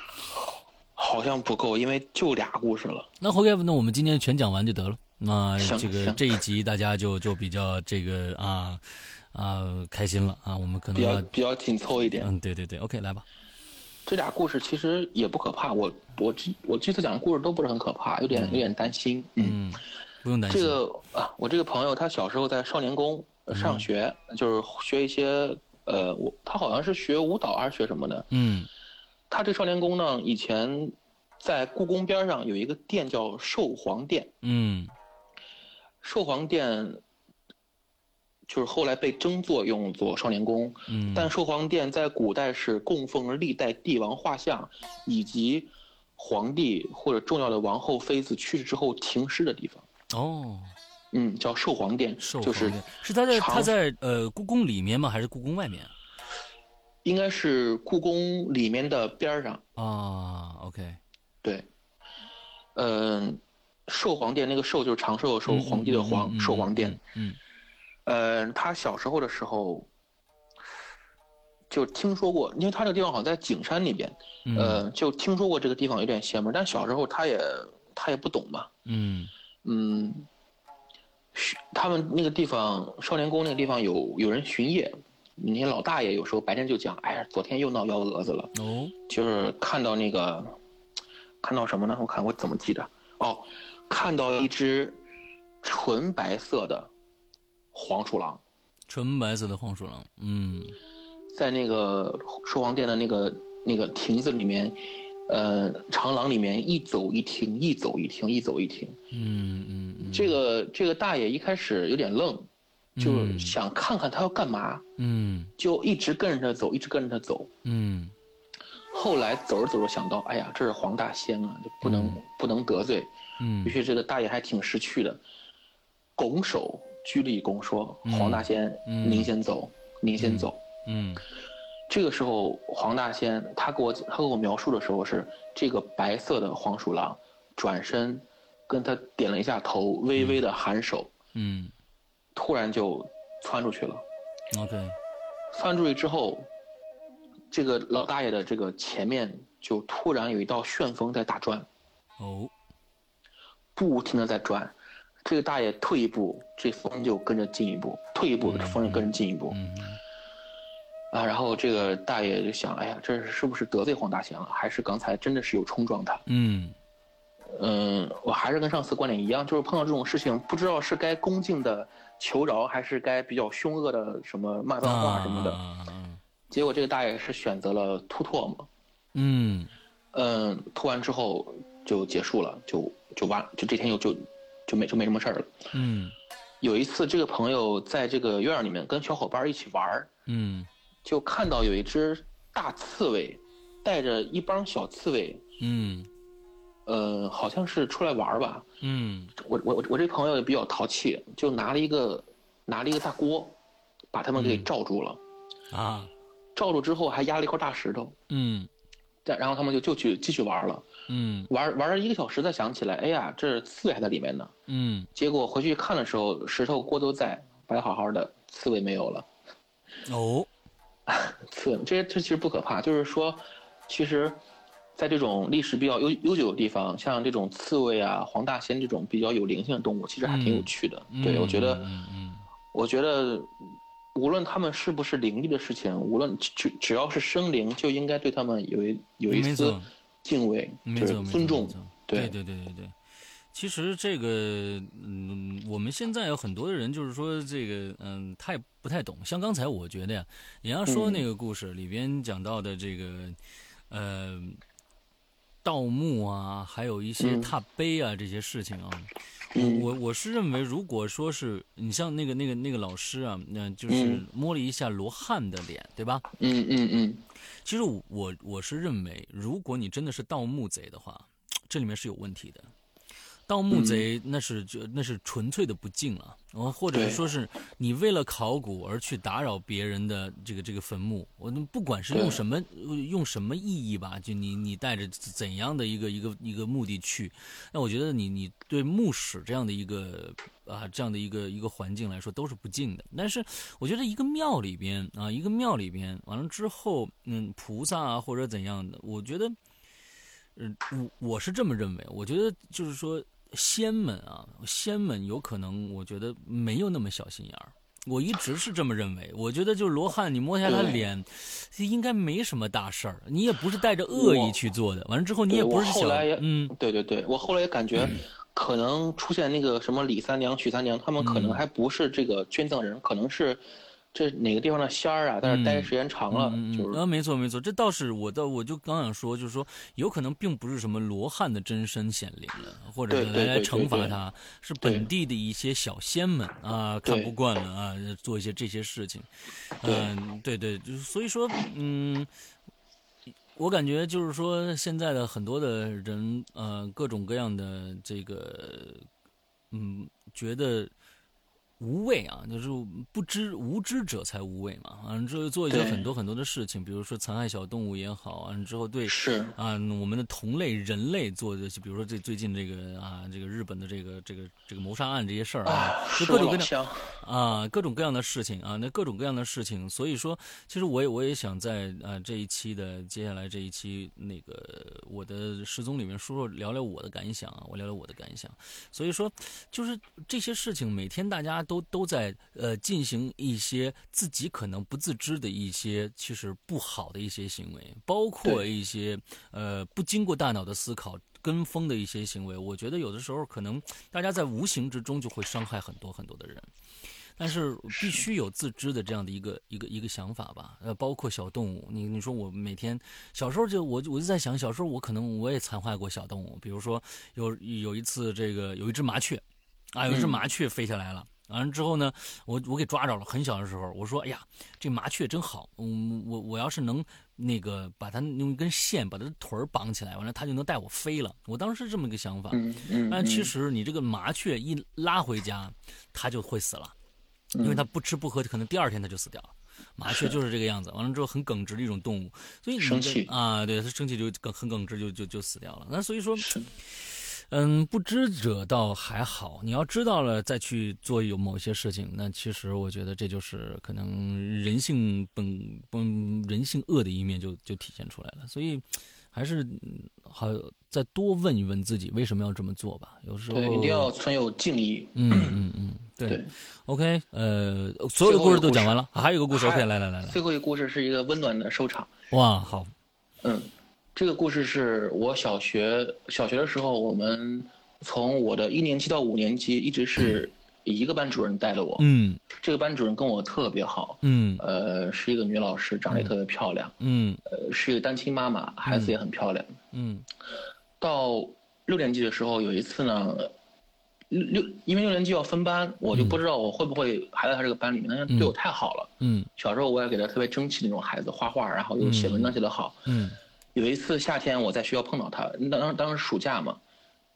[SPEAKER 3] 好像不够，因为就俩故事了。
[SPEAKER 2] 那 OK，那我们今天全讲完就得了。那
[SPEAKER 3] 行
[SPEAKER 2] 这个
[SPEAKER 3] 行
[SPEAKER 2] 这一集大家就就比较这个啊啊开心了啊，我们可
[SPEAKER 3] 比
[SPEAKER 2] 能
[SPEAKER 3] 较
[SPEAKER 2] 要
[SPEAKER 3] 比较紧凑一点，
[SPEAKER 2] 嗯对对对，OK 来吧，
[SPEAKER 3] 这俩故事其实也不可怕。我我这我这次讲的故事都不是很可怕，有点有点担心。嗯，
[SPEAKER 2] 嗯，不用担心，嗯
[SPEAKER 3] 这个啊，我这个朋友他小时候在少年宫呃上学，就是学一些呃，我他好像是学舞蹈还是学什么的。
[SPEAKER 2] 嗯
[SPEAKER 3] 他这少年宫呢，以前在故宫边上有一个殿叫寿皇殿，
[SPEAKER 2] 嗯
[SPEAKER 3] 寿皇殿就是后来被征作用作少年宫，
[SPEAKER 2] 嗯，
[SPEAKER 3] 但寿皇殿在古代是供奉历代帝王画像以及皇帝或者重要的王后妃子去世之后停尸的地方。
[SPEAKER 2] 哦，
[SPEAKER 3] 嗯，叫寿皇殿，
[SPEAKER 2] 受
[SPEAKER 3] 就是
[SPEAKER 2] 是他在
[SPEAKER 3] 长
[SPEAKER 2] 他在呃故宫里面吗？还是故宫外面啊？
[SPEAKER 3] 应该是故宫里面的边儿上。
[SPEAKER 2] 啊，OK，
[SPEAKER 3] 对，嗯，寿皇殿那个寿就是长寿的寿，皇帝的
[SPEAKER 2] 嗯
[SPEAKER 3] 皇，
[SPEAKER 2] 嗯
[SPEAKER 3] 寿皇殿。
[SPEAKER 2] 嗯
[SPEAKER 3] 呃，他小时候的时候就听说过，因为他这个地方好像在景山那边，
[SPEAKER 2] 嗯
[SPEAKER 3] 呃，就听说过这个地方有点邪门，但小时候他也他也不懂嘛，
[SPEAKER 2] 嗯
[SPEAKER 3] 嗯，是他们那个地方少年宫那个地方有有人巡夜，那些老大爷有时候白天就讲，哎呀，昨天又闹幺蛾子了，
[SPEAKER 2] 哦
[SPEAKER 3] 就是看到那个看到什么呢？我看我怎么记得哦，看到一只纯白色的黄鼠狼。
[SPEAKER 2] 纯白色的黄鼠狼，嗯
[SPEAKER 3] 在那个寿皇殿的那个那个亭子里面，呃，长廊里面一走一停，一走一停，一走一停。
[SPEAKER 2] 嗯嗯嗯，
[SPEAKER 3] 这个这个大爷一开始有点愣，就
[SPEAKER 2] 嗯
[SPEAKER 3] 想看看他要干嘛，
[SPEAKER 2] 嗯
[SPEAKER 3] 就一直跟着他走，一直跟着他走。
[SPEAKER 2] 嗯
[SPEAKER 3] 后来走着走着想到，哎呀，这是黄大仙啊，就不能、不能得罪。
[SPEAKER 2] 嗯
[SPEAKER 3] 于是这个大爷还挺识趣的，拱手鞠了一躬说：“黄大仙，
[SPEAKER 2] 嗯
[SPEAKER 3] 您先走，您先走。
[SPEAKER 2] 嗯
[SPEAKER 3] 这个时候，黄大仙他给我他给我描述的时候是这个白色的黄鼠狼转身跟他点了一下头，微微的颔首，
[SPEAKER 2] 嗯
[SPEAKER 3] 突然就窜出去了。
[SPEAKER 2] ，OK，
[SPEAKER 3] 窜出去之后，这个老大爷的这个前面就突然有一道旋风在打转，
[SPEAKER 2] 哦
[SPEAKER 3] 不停的在转。这个大爷退一步，这风就跟着进一步；退一步，这风就跟着进一步。
[SPEAKER 2] 嗯
[SPEAKER 3] 啊，然后这个大爷就想，哎呀，这是不是得罪黄大仙了？还是刚才真的是有冲撞他？
[SPEAKER 2] 嗯
[SPEAKER 3] 嗯，我还是跟上次观点一样，就是碰到这种事情，不知道是该恭敬的求饶，还是该比较凶恶的什么
[SPEAKER 2] 嗯
[SPEAKER 3] 骂脏话什么的。
[SPEAKER 2] 啊
[SPEAKER 3] 结果这个大爷是选择了吐唾沫，
[SPEAKER 2] 嗯
[SPEAKER 3] 嗯，吐完之后就结束了，就就完，就这天就就就没就没什么事儿了。
[SPEAKER 2] 嗯
[SPEAKER 3] 有一次，这个朋友在这个院儿里面跟小伙伴儿一起玩儿，
[SPEAKER 2] 嗯
[SPEAKER 3] 就看到有一只大刺猬，带着一帮小刺猬，
[SPEAKER 2] 嗯
[SPEAKER 3] 呃，好像是出来玩儿吧，
[SPEAKER 2] 嗯
[SPEAKER 3] 我我我我这朋友也比较淘气，就拿了一个拿了一个大锅，把他们给罩住了。
[SPEAKER 2] 啊
[SPEAKER 3] 罩住之后还压了一块大石头，
[SPEAKER 2] 嗯
[SPEAKER 3] 再然后他们就就去继续玩了，
[SPEAKER 2] 嗯
[SPEAKER 3] 玩玩了一个小时才想起来，哎呀，这刺猬还在里面呢。
[SPEAKER 2] 嗯
[SPEAKER 3] 结果回去看的时候，石头锅都在，摆得好好的，刺猬没有了。
[SPEAKER 2] 哦
[SPEAKER 3] 刺猬这些这其实不可怕，就是说，其实，在这种历史比较悠悠久的地方，像这种刺猬啊、黄大仙这种比较有灵性的动物，其实还挺有趣的。对，我觉得。
[SPEAKER 2] 嗯
[SPEAKER 3] 我觉得，无论他们是不是灵异的事情，无论只只要是生灵，就应该对他们有一有一
[SPEAKER 2] 没
[SPEAKER 3] 丝
[SPEAKER 2] 错
[SPEAKER 3] 敬畏，
[SPEAKER 2] 没
[SPEAKER 3] 就是
[SPEAKER 2] 错没错
[SPEAKER 3] 尊重
[SPEAKER 2] 没错。对
[SPEAKER 3] 对
[SPEAKER 2] 对对对对。其实这个，嗯，我们现在有很多的人就是说这个，嗯，他也不太懂。像刚才我觉得呀，你要说
[SPEAKER 3] 嗯
[SPEAKER 2] 那个故事里边讲到的这个，呃，盗墓啊，还有一些
[SPEAKER 3] 嗯
[SPEAKER 2] 踏碑啊、这些事情啊，
[SPEAKER 3] 嗯
[SPEAKER 2] 我我是认为，如果说是你像那个那个那个老师啊，那、就是
[SPEAKER 3] 嗯
[SPEAKER 2] 摸了一下罗汉的脸，对吧？
[SPEAKER 3] 嗯嗯嗯
[SPEAKER 2] 其实我我我是认为，如果你真的是盗墓贼的话，这里面是有问题的。盗墓贼那是就、那是纯粹的不敬了、然后或者
[SPEAKER 3] 对
[SPEAKER 2] 说是你为了考古而去打扰别人的这个这个坟墓，我那不管是用
[SPEAKER 3] 对
[SPEAKER 2] 什么呃用什么意义吧，就你你带着怎样的一个一个一个目的去，那我觉得你你对墓室这样的一个啊这样的一个一个环境来说都是不敬的。但是我觉得一个庙里边啊，一个庙里边完了之后，嗯，菩萨啊或者怎样的，我觉得，嗯、我我是这么认为。我觉得就是说仙们啊，仙们有可能我觉得没有那么小心眼儿。我一直是这么认为，我觉得就是罗汉，你摸一下他
[SPEAKER 3] 对
[SPEAKER 2] 脸，应该没什么大事儿。你也不是带着恶意
[SPEAKER 3] 我
[SPEAKER 2] 去做的，完了之后你也
[SPEAKER 3] 对
[SPEAKER 2] 不
[SPEAKER 3] 我
[SPEAKER 2] 是
[SPEAKER 3] 后
[SPEAKER 2] 想
[SPEAKER 3] 来也，
[SPEAKER 2] 嗯，
[SPEAKER 3] 对对对，我后来也感觉，可能出现那个什么李三娘、许三娘，他们可能
[SPEAKER 2] 嗯
[SPEAKER 3] 还不是这个捐赠人，可能是这哪个地方的仙儿啊，在那儿待
[SPEAKER 2] 嗯
[SPEAKER 3] 时间长了，
[SPEAKER 2] 嗯嗯
[SPEAKER 3] 就
[SPEAKER 2] 嗯
[SPEAKER 3] 是
[SPEAKER 2] 啊，没错没错，这倒是我倒我就刚想说，就是说有可能并不是什么罗汉的真身显灵了，或者
[SPEAKER 3] 对
[SPEAKER 2] 是来
[SPEAKER 3] 对
[SPEAKER 2] 来
[SPEAKER 3] 对
[SPEAKER 2] 惩罚
[SPEAKER 3] 对
[SPEAKER 2] 他，是本地的一些小仙们啊看
[SPEAKER 3] 对
[SPEAKER 2] 不惯了啊，做一些这些事情，
[SPEAKER 3] 对
[SPEAKER 2] 嗯、对对，就是所以说嗯。我感觉就是说，现在的很多的人，呃，各种各样的这个，嗯，觉得无畏啊，就是不知无知者才无畏嘛。啊，之后做一些
[SPEAKER 3] 对
[SPEAKER 2] 很多很多的事情，比如说残害小动物也好啊，之后对
[SPEAKER 3] 是，
[SPEAKER 2] 啊，我们的同类人类做的，比如说这最近这个啊，这个日本的这个这个这个谋杀案这些事儿啊，就
[SPEAKER 3] 说
[SPEAKER 2] 各种各
[SPEAKER 3] 老
[SPEAKER 2] 样
[SPEAKER 3] 乡，
[SPEAKER 2] 啊，各种各样的事情啊，那各种各样的事情，所以说，其实我也我也想在呃这一期的接下来这一期那个我的失踪里面说说聊聊我的感想啊，我聊聊我的感想。所以说，就是这些事情每天大家都都在呃进行一些自己可能不自知的一些其实不好的一些行为，包括
[SPEAKER 3] 对
[SPEAKER 2] 一些呃不经过大脑的思考。跟风的一些行为，我觉得有的时候可能大家在无形之中就会伤害很多很多的人。但是必须有自知的这样的一个一个一个想法吧，呃，包括小动物。你你说我每天小时候就我就我就在想，小时候我可能我也残害过小动物，比如说有有一次这个有一只麻雀，啊，有一只
[SPEAKER 3] 嗯
[SPEAKER 2] 麻雀飞下来了。完了之后呢，我我给抓着了。很小的时候，我说：“哎呀，这麻雀真好，嗯，我我要是能那个把它用一根线把它的腿儿绑起来，完了它就能带我飞了。”我当时是这么一个想法。
[SPEAKER 3] 嗯嗯，
[SPEAKER 2] 但其
[SPEAKER 3] 嗯
[SPEAKER 2] 实你这个麻雀一拉回家，它就会死了，因为
[SPEAKER 3] 嗯
[SPEAKER 2] 它不吃不喝，可能第二天它就死掉了。麻雀就是这个样子，完了之后很耿直的一种动物，所以你
[SPEAKER 3] 生
[SPEAKER 2] 这
[SPEAKER 3] 气
[SPEAKER 2] 啊，对它生气就耿很耿直就就就死掉了。那所以说，
[SPEAKER 3] 是
[SPEAKER 2] 嗯，不知者倒还好，你要知道了再去做有某些事情，那其实我觉得这就是可能人性本本人性恶的一面就就体现出来了。所以还是嗯好再多问一问自己为什么要这么做吧。有时候
[SPEAKER 3] 对，一定要存有敬意。
[SPEAKER 2] 嗯嗯嗯，哦对
[SPEAKER 3] 对
[SPEAKER 2] o k 呃，所有的故事都讲完了，还有一个故事
[SPEAKER 3] 还
[SPEAKER 2] ，OK，来来来来，
[SPEAKER 3] 最后一个故事是一个温暖的收场。
[SPEAKER 2] 哇，好，
[SPEAKER 3] 嗯，这个故事是我小学小学的时候，我们从我的一年级到五年级一直是一个班主任带了我。
[SPEAKER 2] 嗯
[SPEAKER 3] 这个班主任跟我特别好，
[SPEAKER 2] 嗯
[SPEAKER 3] 呃，是一个女老师，长得也特别漂亮，
[SPEAKER 2] 嗯
[SPEAKER 3] 呃，是一个单亲妈妈，孩子也很漂亮。
[SPEAKER 2] 嗯
[SPEAKER 3] 到六年级的时候，有一次呢，六六因为六年级要分班，我就不知道我会不会还在他这个班里面，但是对我太好了。
[SPEAKER 2] 嗯
[SPEAKER 3] 小时候我也给他特别争气的那种孩子，画画，然后又写文章写得好。
[SPEAKER 2] 嗯
[SPEAKER 3] 有一次夏天我在学校碰到他，当当时暑假嘛，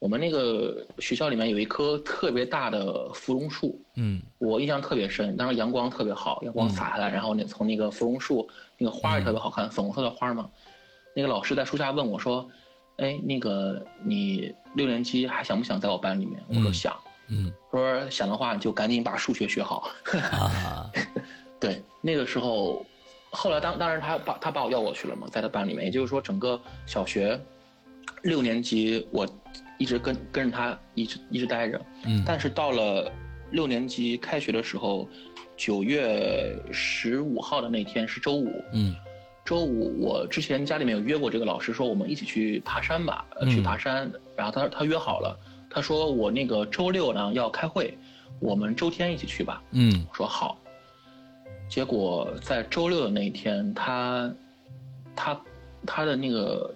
[SPEAKER 3] 我们那个学校里面有一棵特别大的芙蓉树，
[SPEAKER 2] 嗯
[SPEAKER 3] 我印象特别深。当时阳光特别好，阳光洒下来，然后那从那个芙蓉树那个花也特别好看，粉红色的花嘛。那个老师在树下问我说：“哎，那个你六年级还想不想在我班里面？”我说
[SPEAKER 2] 嗯
[SPEAKER 3] 想。
[SPEAKER 2] 嗯
[SPEAKER 3] 他说想的话，你就赶紧把数学学好。
[SPEAKER 2] 啊，
[SPEAKER 3] 对，那个时候，后来当当然他把他把我要过去了嘛，在他班里面，也就是说整个小学六年级我一直跟跟着他一直一直待着，
[SPEAKER 2] 嗯，
[SPEAKER 3] 但是到了六年级开学的时候，九月十五号的那天是周五，
[SPEAKER 2] 嗯
[SPEAKER 3] 周五我之前家里面有约过这个老师，说我们一起去爬山吧，呃
[SPEAKER 2] 嗯
[SPEAKER 3] 去爬山，然后他他约好了。他说我那个周六呢要开会，我们周天一起去吧。
[SPEAKER 2] 嗯
[SPEAKER 3] 我说好。结果在周六的那一天，他他他的那个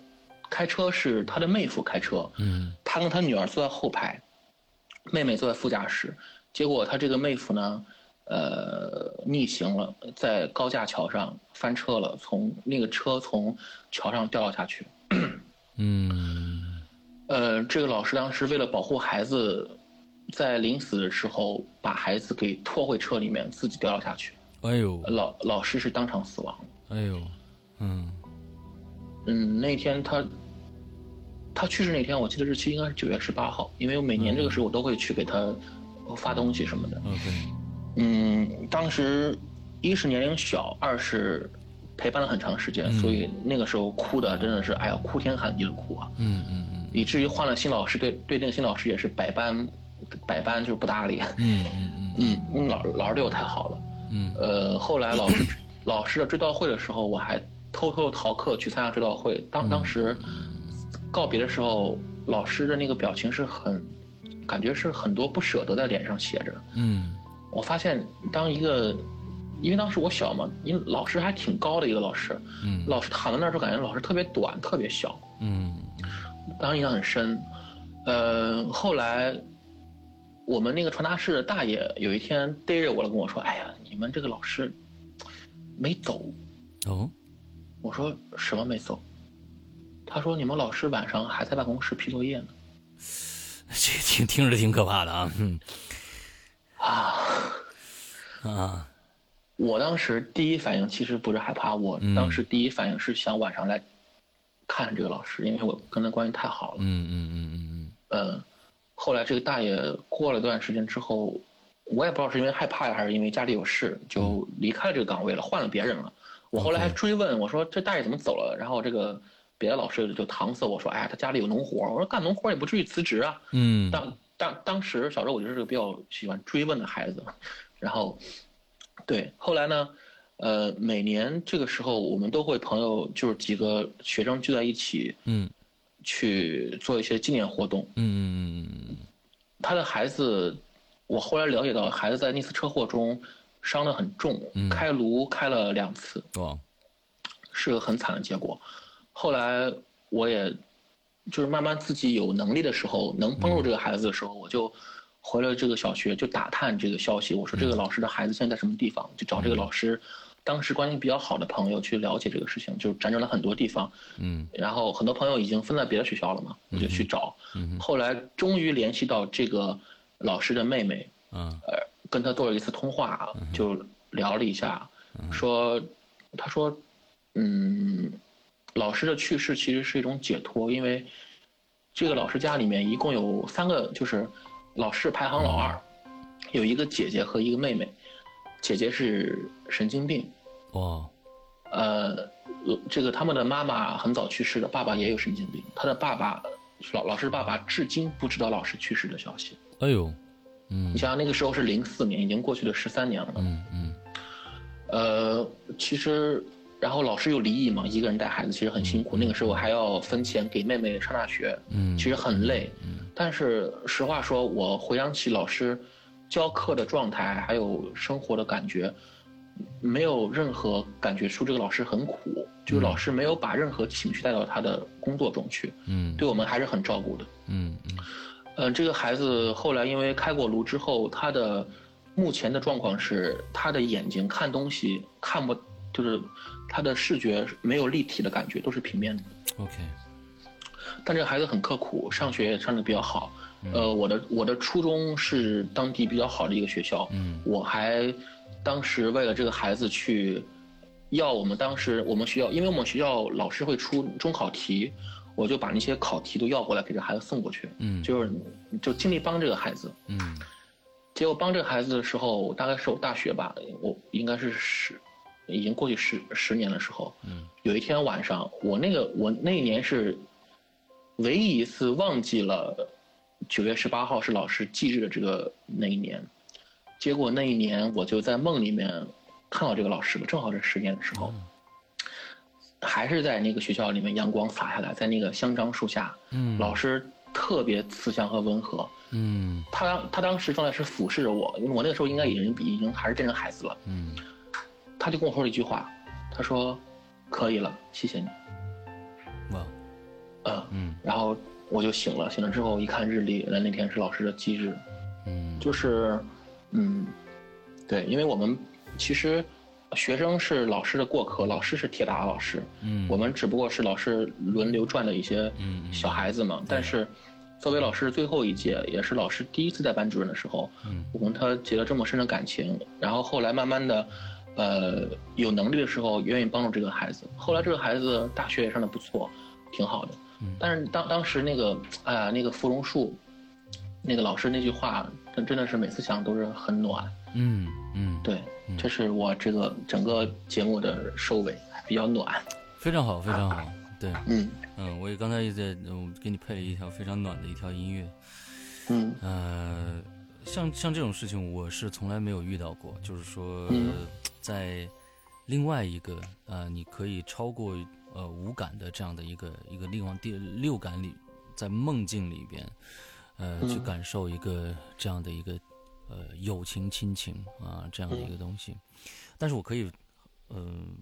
[SPEAKER 3] 开车是他的妹夫开车，
[SPEAKER 2] 嗯
[SPEAKER 3] 他跟他女儿坐在后排，妹妹坐在副驾驶。结果他这个妹夫呢，呃，逆行了，在高架桥上翻车了，从那个车从桥上掉了下去。
[SPEAKER 2] 嗯
[SPEAKER 3] 呃，这个老师当时为了保护孩子，在临死的时候把孩子给拖回车里面，自己掉了下去。
[SPEAKER 2] 哎呦
[SPEAKER 3] 老老师是当场死亡。
[SPEAKER 2] 哎呦嗯
[SPEAKER 3] 嗯，那天他他去世那天，我记得日期应该是九月十八号，因为我每年这个时候我都会去给他发东西什么的。
[SPEAKER 2] OK
[SPEAKER 3] 嗯，当时一是年龄小，二是陪伴了很长时间，所以那个时候哭的真的是，哎呀，哭天喊地的哭啊，
[SPEAKER 2] 嗯嗯嗯
[SPEAKER 3] 以至于换了新老师，对对那个新老师也是百般百般就是不搭理。
[SPEAKER 2] 嗯嗯
[SPEAKER 3] 嗯， 嗯老老师对我太好了。
[SPEAKER 2] 嗯
[SPEAKER 3] 呃，后来老师老师的追悼会的时候，我还偷偷逃课去参加追悼会。当当时告别的时候，老师的那个表情是很，感觉是很多不舍得在脸上写着。
[SPEAKER 2] 嗯
[SPEAKER 3] 我发现，当一个，因为当时我小嘛，因为老师还挺高的一个老师，
[SPEAKER 2] 嗯
[SPEAKER 3] 老师躺在那儿就感觉老师特别短，特别小，
[SPEAKER 2] 嗯
[SPEAKER 3] 当时印象很深。呃，后来我们那个传达室的大爷有一天逮着我了，跟我说：“哎呀，你们这个老师没走。
[SPEAKER 2] 哦”
[SPEAKER 3] 我说：“什么没走？”他说：“你们老师晚上还在办公室批作业呢。
[SPEAKER 2] 这听听着挺可怕的啊嗯”
[SPEAKER 3] 啊！
[SPEAKER 2] 啊
[SPEAKER 3] 我当时第一反应其实不是害怕，我
[SPEAKER 2] 嗯
[SPEAKER 3] 当时第一反应是想晚上来看这个老师，因为我跟他关系太好了。
[SPEAKER 2] 嗯嗯嗯嗯
[SPEAKER 3] 嗯，后来这个大爷过了段时间之后，我也不知道是因为害怕呀，还是因为家里有事，就离开了这个岗位了，换了别人了。我后来还追问我说这大爷怎么走了？然后这个别的老师就搪塞我说，哎呀，他家里有农活儿。我说干农活儿也不至于辞职啊。
[SPEAKER 2] 嗯嗯
[SPEAKER 3] 当当当时小时候我就是个比较喜欢追问的孩子，然后对后来呢，呃，每年这个时候我们都会朋友就是几个学生聚在一起
[SPEAKER 2] 嗯
[SPEAKER 3] 去做一些纪念活动。
[SPEAKER 2] 嗯嗯
[SPEAKER 3] 他的孩子，我后来了解到，孩子在那次车祸中伤得很重，
[SPEAKER 2] 嗯
[SPEAKER 3] 开颅开了两次，
[SPEAKER 2] 哇
[SPEAKER 3] 是个很惨的结果。后来我也就是慢慢自己有能力的时候，能帮助这个孩子的时候，我就回了这个小学，就打探这个消息。我说这个老师的孩子现在在什么地方？就找这个老师，当时关系比较好的朋友去了解这个事情，就辗转了很多地方。
[SPEAKER 2] 嗯
[SPEAKER 3] 然后很多朋友已经分在别的学校了嘛，我就去找。
[SPEAKER 2] 嗯
[SPEAKER 3] 后来终于联系到这个老师的妹妹，
[SPEAKER 2] 啊
[SPEAKER 3] 呃，跟他做了一次通话，啊
[SPEAKER 2] 嗯
[SPEAKER 3] 就聊了一下，说，他说，嗯，老师的去世其实是一种解脱，因为这个老师家里面一共有三个，就是老师排行老
[SPEAKER 2] 哦
[SPEAKER 3] 二，有一个姐姐和一个妹妹，姐姐是神经病，
[SPEAKER 2] 哇
[SPEAKER 3] 呃，这个他们的妈妈很早去世的，爸爸也有神经病，他的爸爸老老师爸爸至今不知道老师去世的消息。
[SPEAKER 2] 哎呦嗯
[SPEAKER 3] 你想想那个时候是零四年，已经过去了十三年了。
[SPEAKER 2] 嗯嗯
[SPEAKER 3] 呃，其实，然后老师又离异嘛，一个人带孩子其实很辛苦。那个时候还要分钱给妹妹上大学，
[SPEAKER 2] 嗯
[SPEAKER 3] 其实很累。但是实话说，我回想起老师教课的状态，还有生活的感觉，没有任何感觉出这个老师很苦，就是老师没有把任何情绪带到他的工作中去，
[SPEAKER 2] 嗯
[SPEAKER 3] 对我们还是很照顾的。
[SPEAKER 2] 嗯
[SPEAKER 3] 嗯，这个孩子后来因为开过颅之后，他的目前的状况是他的眼睛看东西看不，就是他的视觉没有立体的感觉，都是平面的。
[SPEAKER 2] OK
[SPEAKER 3] 但这个孩子很刻苦，上学也上的比较好。呃，我的我的初中是当地比较好的一个学校，
[SPEAKER 2] 嗯
[SPEAKER 3] 我还当时为了这个孩子去要我们当时我们学校，因为我们学校老师会出中考题，我就把那些考题都要过来给这孩子送过去。
[SPEAKER 2] 嗯
[SPEAKER 3] 就是就尽力帮这个孩子。
[SPEAKER 2] 嗯
[SPEAKER 3] 结果帮这个孩子的时候，大概是我大学吧，我应该是十，已经过去十十年的时候，
[SPEAKER 2] 嗯
[SPEAKER 3] 有一天晚上，我那个我那一年是唯一一次忘记了九月十八号是老师忌日的这个那一年，结果那一年我就在梦里面看到这个老师了，正好是十年的时候，
[SPEAKER 2] 嗯
[SPEAKER 3] 还是在那个学校里面阳光洒下来，在那个香樟树下，
[SPEAKER 2] 嗯
[SPEAKER 3] 老师特别慈祥和温和。
[SPEAKER 2] 嗯
[SPEAKER 3] 他他当时状态是俯视着我，因为我那个时候应该已经比已经还是真人孩子了。
[SPEAKER 2] 嗯，
[SPEAKER 3] 他就跟我说了一句话，他说：“可以了，谢谢你。
[SPEAKER 2] 哇，”
[SPEAKER 3] 嗯，
[SPEAKER 2] 嗯
[SPEAKER 3] 然后我就醒了，醒了之后一看日历，原来那天是老师的忌日，
[SPEAKER 2] 嗯
[SPEAKER 3] 就是，嗯，对，因为我们其实学生是老师的过客，老师是铁打老师，
[SPEAKER 2] 嗯，
[SPEAKER 3] 我们只不过是老师轮流转的一些
[SPEAKER 2] 嗯嗯
[SPEAKER 3] 小孩子嘛。但是作为老师最后一届，也是老师第一次带班主任的时候，
[SPEAKER 2] 嗯
[SPEAKER 3] 我跟他结了这么深的感情。然后后来慢慢的，呃，有能力的时候愿意帮助这个孩子。后来这个孩子大学也上的不错，挺好的。
[SPEAKER 2] 嗯
[SPEAKER 3] 但是当当时那个哎呀、那个芙蓉树，那个老师那句话，真真的是每次想都是很暖。
[SPEAKER 2] 嗯嗯，
[SPEAKER 3] 对，这是我这个整个节目的收尾，比较暖。
[SPEAKER 2] 非常好，非常好，对，
[SPEAKER 3] 嗯
[SPEAKER 2] 嗯，我也刚才也在，嗯我给你配了一条非常暖的一条音乐，
[SPEAKER 3] 嗯
[SPEAKER 2] 呃，像像这种事情，我是从来没有遇到过。就是说，
[SPEAKER 3] 嗯
[SPEAKER 2] 在另外一个呃，你可以超过呃五感的这样的一个一个另外第六感里，在梦境里边，呃，去感受一个这样的一个呃友情、亲情啊、这样的一个东西。但是我可以，嗯、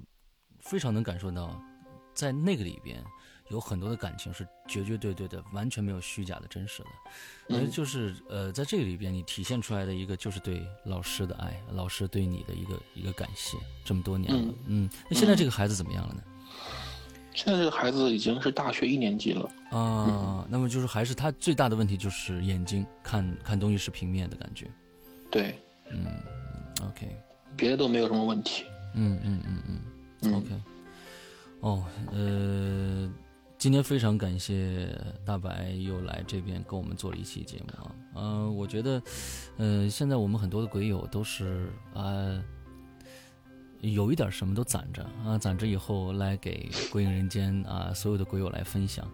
[SPEAKER 2] 非常能感受到，在那个里边有很多的感情是绝绝对对的，完全没有虚假的真实的。我觉得就是呃，在这个里边你体现出来的一个就是对老师的爱，老师对你的一个一个感谢，这么多年了，嗯，那现在这个孩子怎么样了呢？
[SPEAKER 3] 现在这个孩子已经是大学一年级了。
[SPEAKER 2] 啊，那么就是还是他最大的问题就是眼睛看看东西是平面的感觉。
[SPEAKER 3] 对，
[SPEAKER 2] OK，
[SPEAKER 3] 别的都没有什么问题。
[SPEAKER 2] 嗯嗯嗯嗯
[SPEAKER 3] 嗯
[SPEAKER 2] ，OK，哦，呃，今天非常感谢大白又来这边跟我们做了一期节目啊，呃，我觉得，呃，现在我们很多的鬼友都是啊、呃有一点什么都攒着啊，攒着以后来给《鬼影人间》啊所有的鬼友来分享。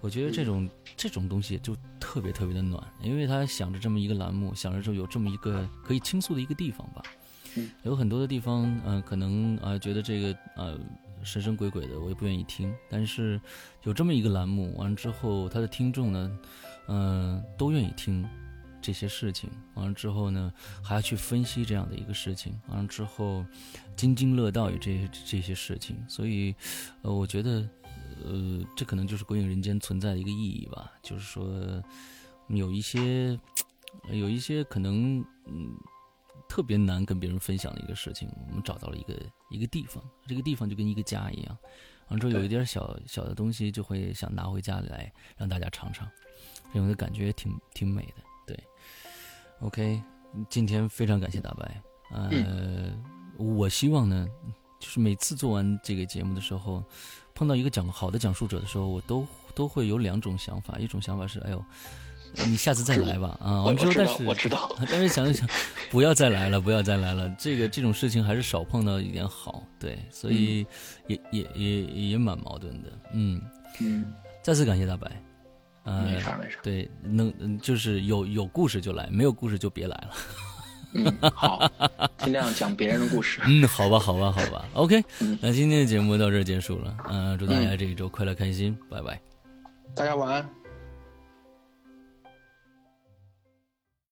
[SPEAKER 2] 我觉得这种这种东西就特别特别的暖，因为他想着这么一个栏目，想着就有这么一个可以倾诉的一个地方吧。有很多的地方，嗯、可能啊、呃觉得这个呃神神鬼鬼的，我也不愿意听。但是有这么一个栏目，完了之后，他的听众呢，嗯、都愿意听这些事情。完了之后呢，还要去分析这样的一个事情。完了之后，津津乐道于这些这些事情。所以，呃，我觉得，呃，这可能就是《鬼影人间》存在的一个意义吧，就是说有一些呃有一些可能，嗯。特别难跟别人分享的一个事情，我们找到了一个一个地方，这个地方就跟一个家一样，完之后有一点小小的东西，就会想拿回家里来让大家尝尝，这种的感觉也挺挺美的。对，OK，今天非常感谢大白，呃，
[SPEAKER 3] 嗯
[SPEAKER 2] 我希望呢，就是每次做完这个节目的时候，碰到一个讲好的讲述者的时候，我都都会有两种想法，一种想法是，哎呦。你下次再来吧，啊！
[SPEAKER 3] 我
[SPEAKER 2] 完
[SPEAKER 3] 我
[SPEAKER 2] 之后，
[SPEAKER 3] 知
[SPEAKER 2] 但
[SPEAKER 3] 道
[SPEAKER 2] 是，
[SPEAKER 3] 我知道。
[SPEAKER 2] 但是想一想，不要再来了，不要再来了。这个这种事情还是少碰到一点好，对，所以也、也也也蛮矛盾的。嗯，
[SPEAKER 3] 嗯，
[SPEAKER 2] 再次感谢大白。呃，
[SPEAKER 3] 没啥没啥。
[SPEAKER 2] 对，能嗯就是有有故事就来，没有故事就别来了。
[SPEAKER 3] 嗯，好，尽量讲别人的故事。
[SPEAKER 2] 嗯，好吧，好吧，好吧。OK，
[SPEAKER 3] 嗯
[SPEAKER 2] 呃那今天的节目到这儿结束了。嗯、祝大家这一周快乐开心，拜拜。
[SPEAKER 3] 大家晚安。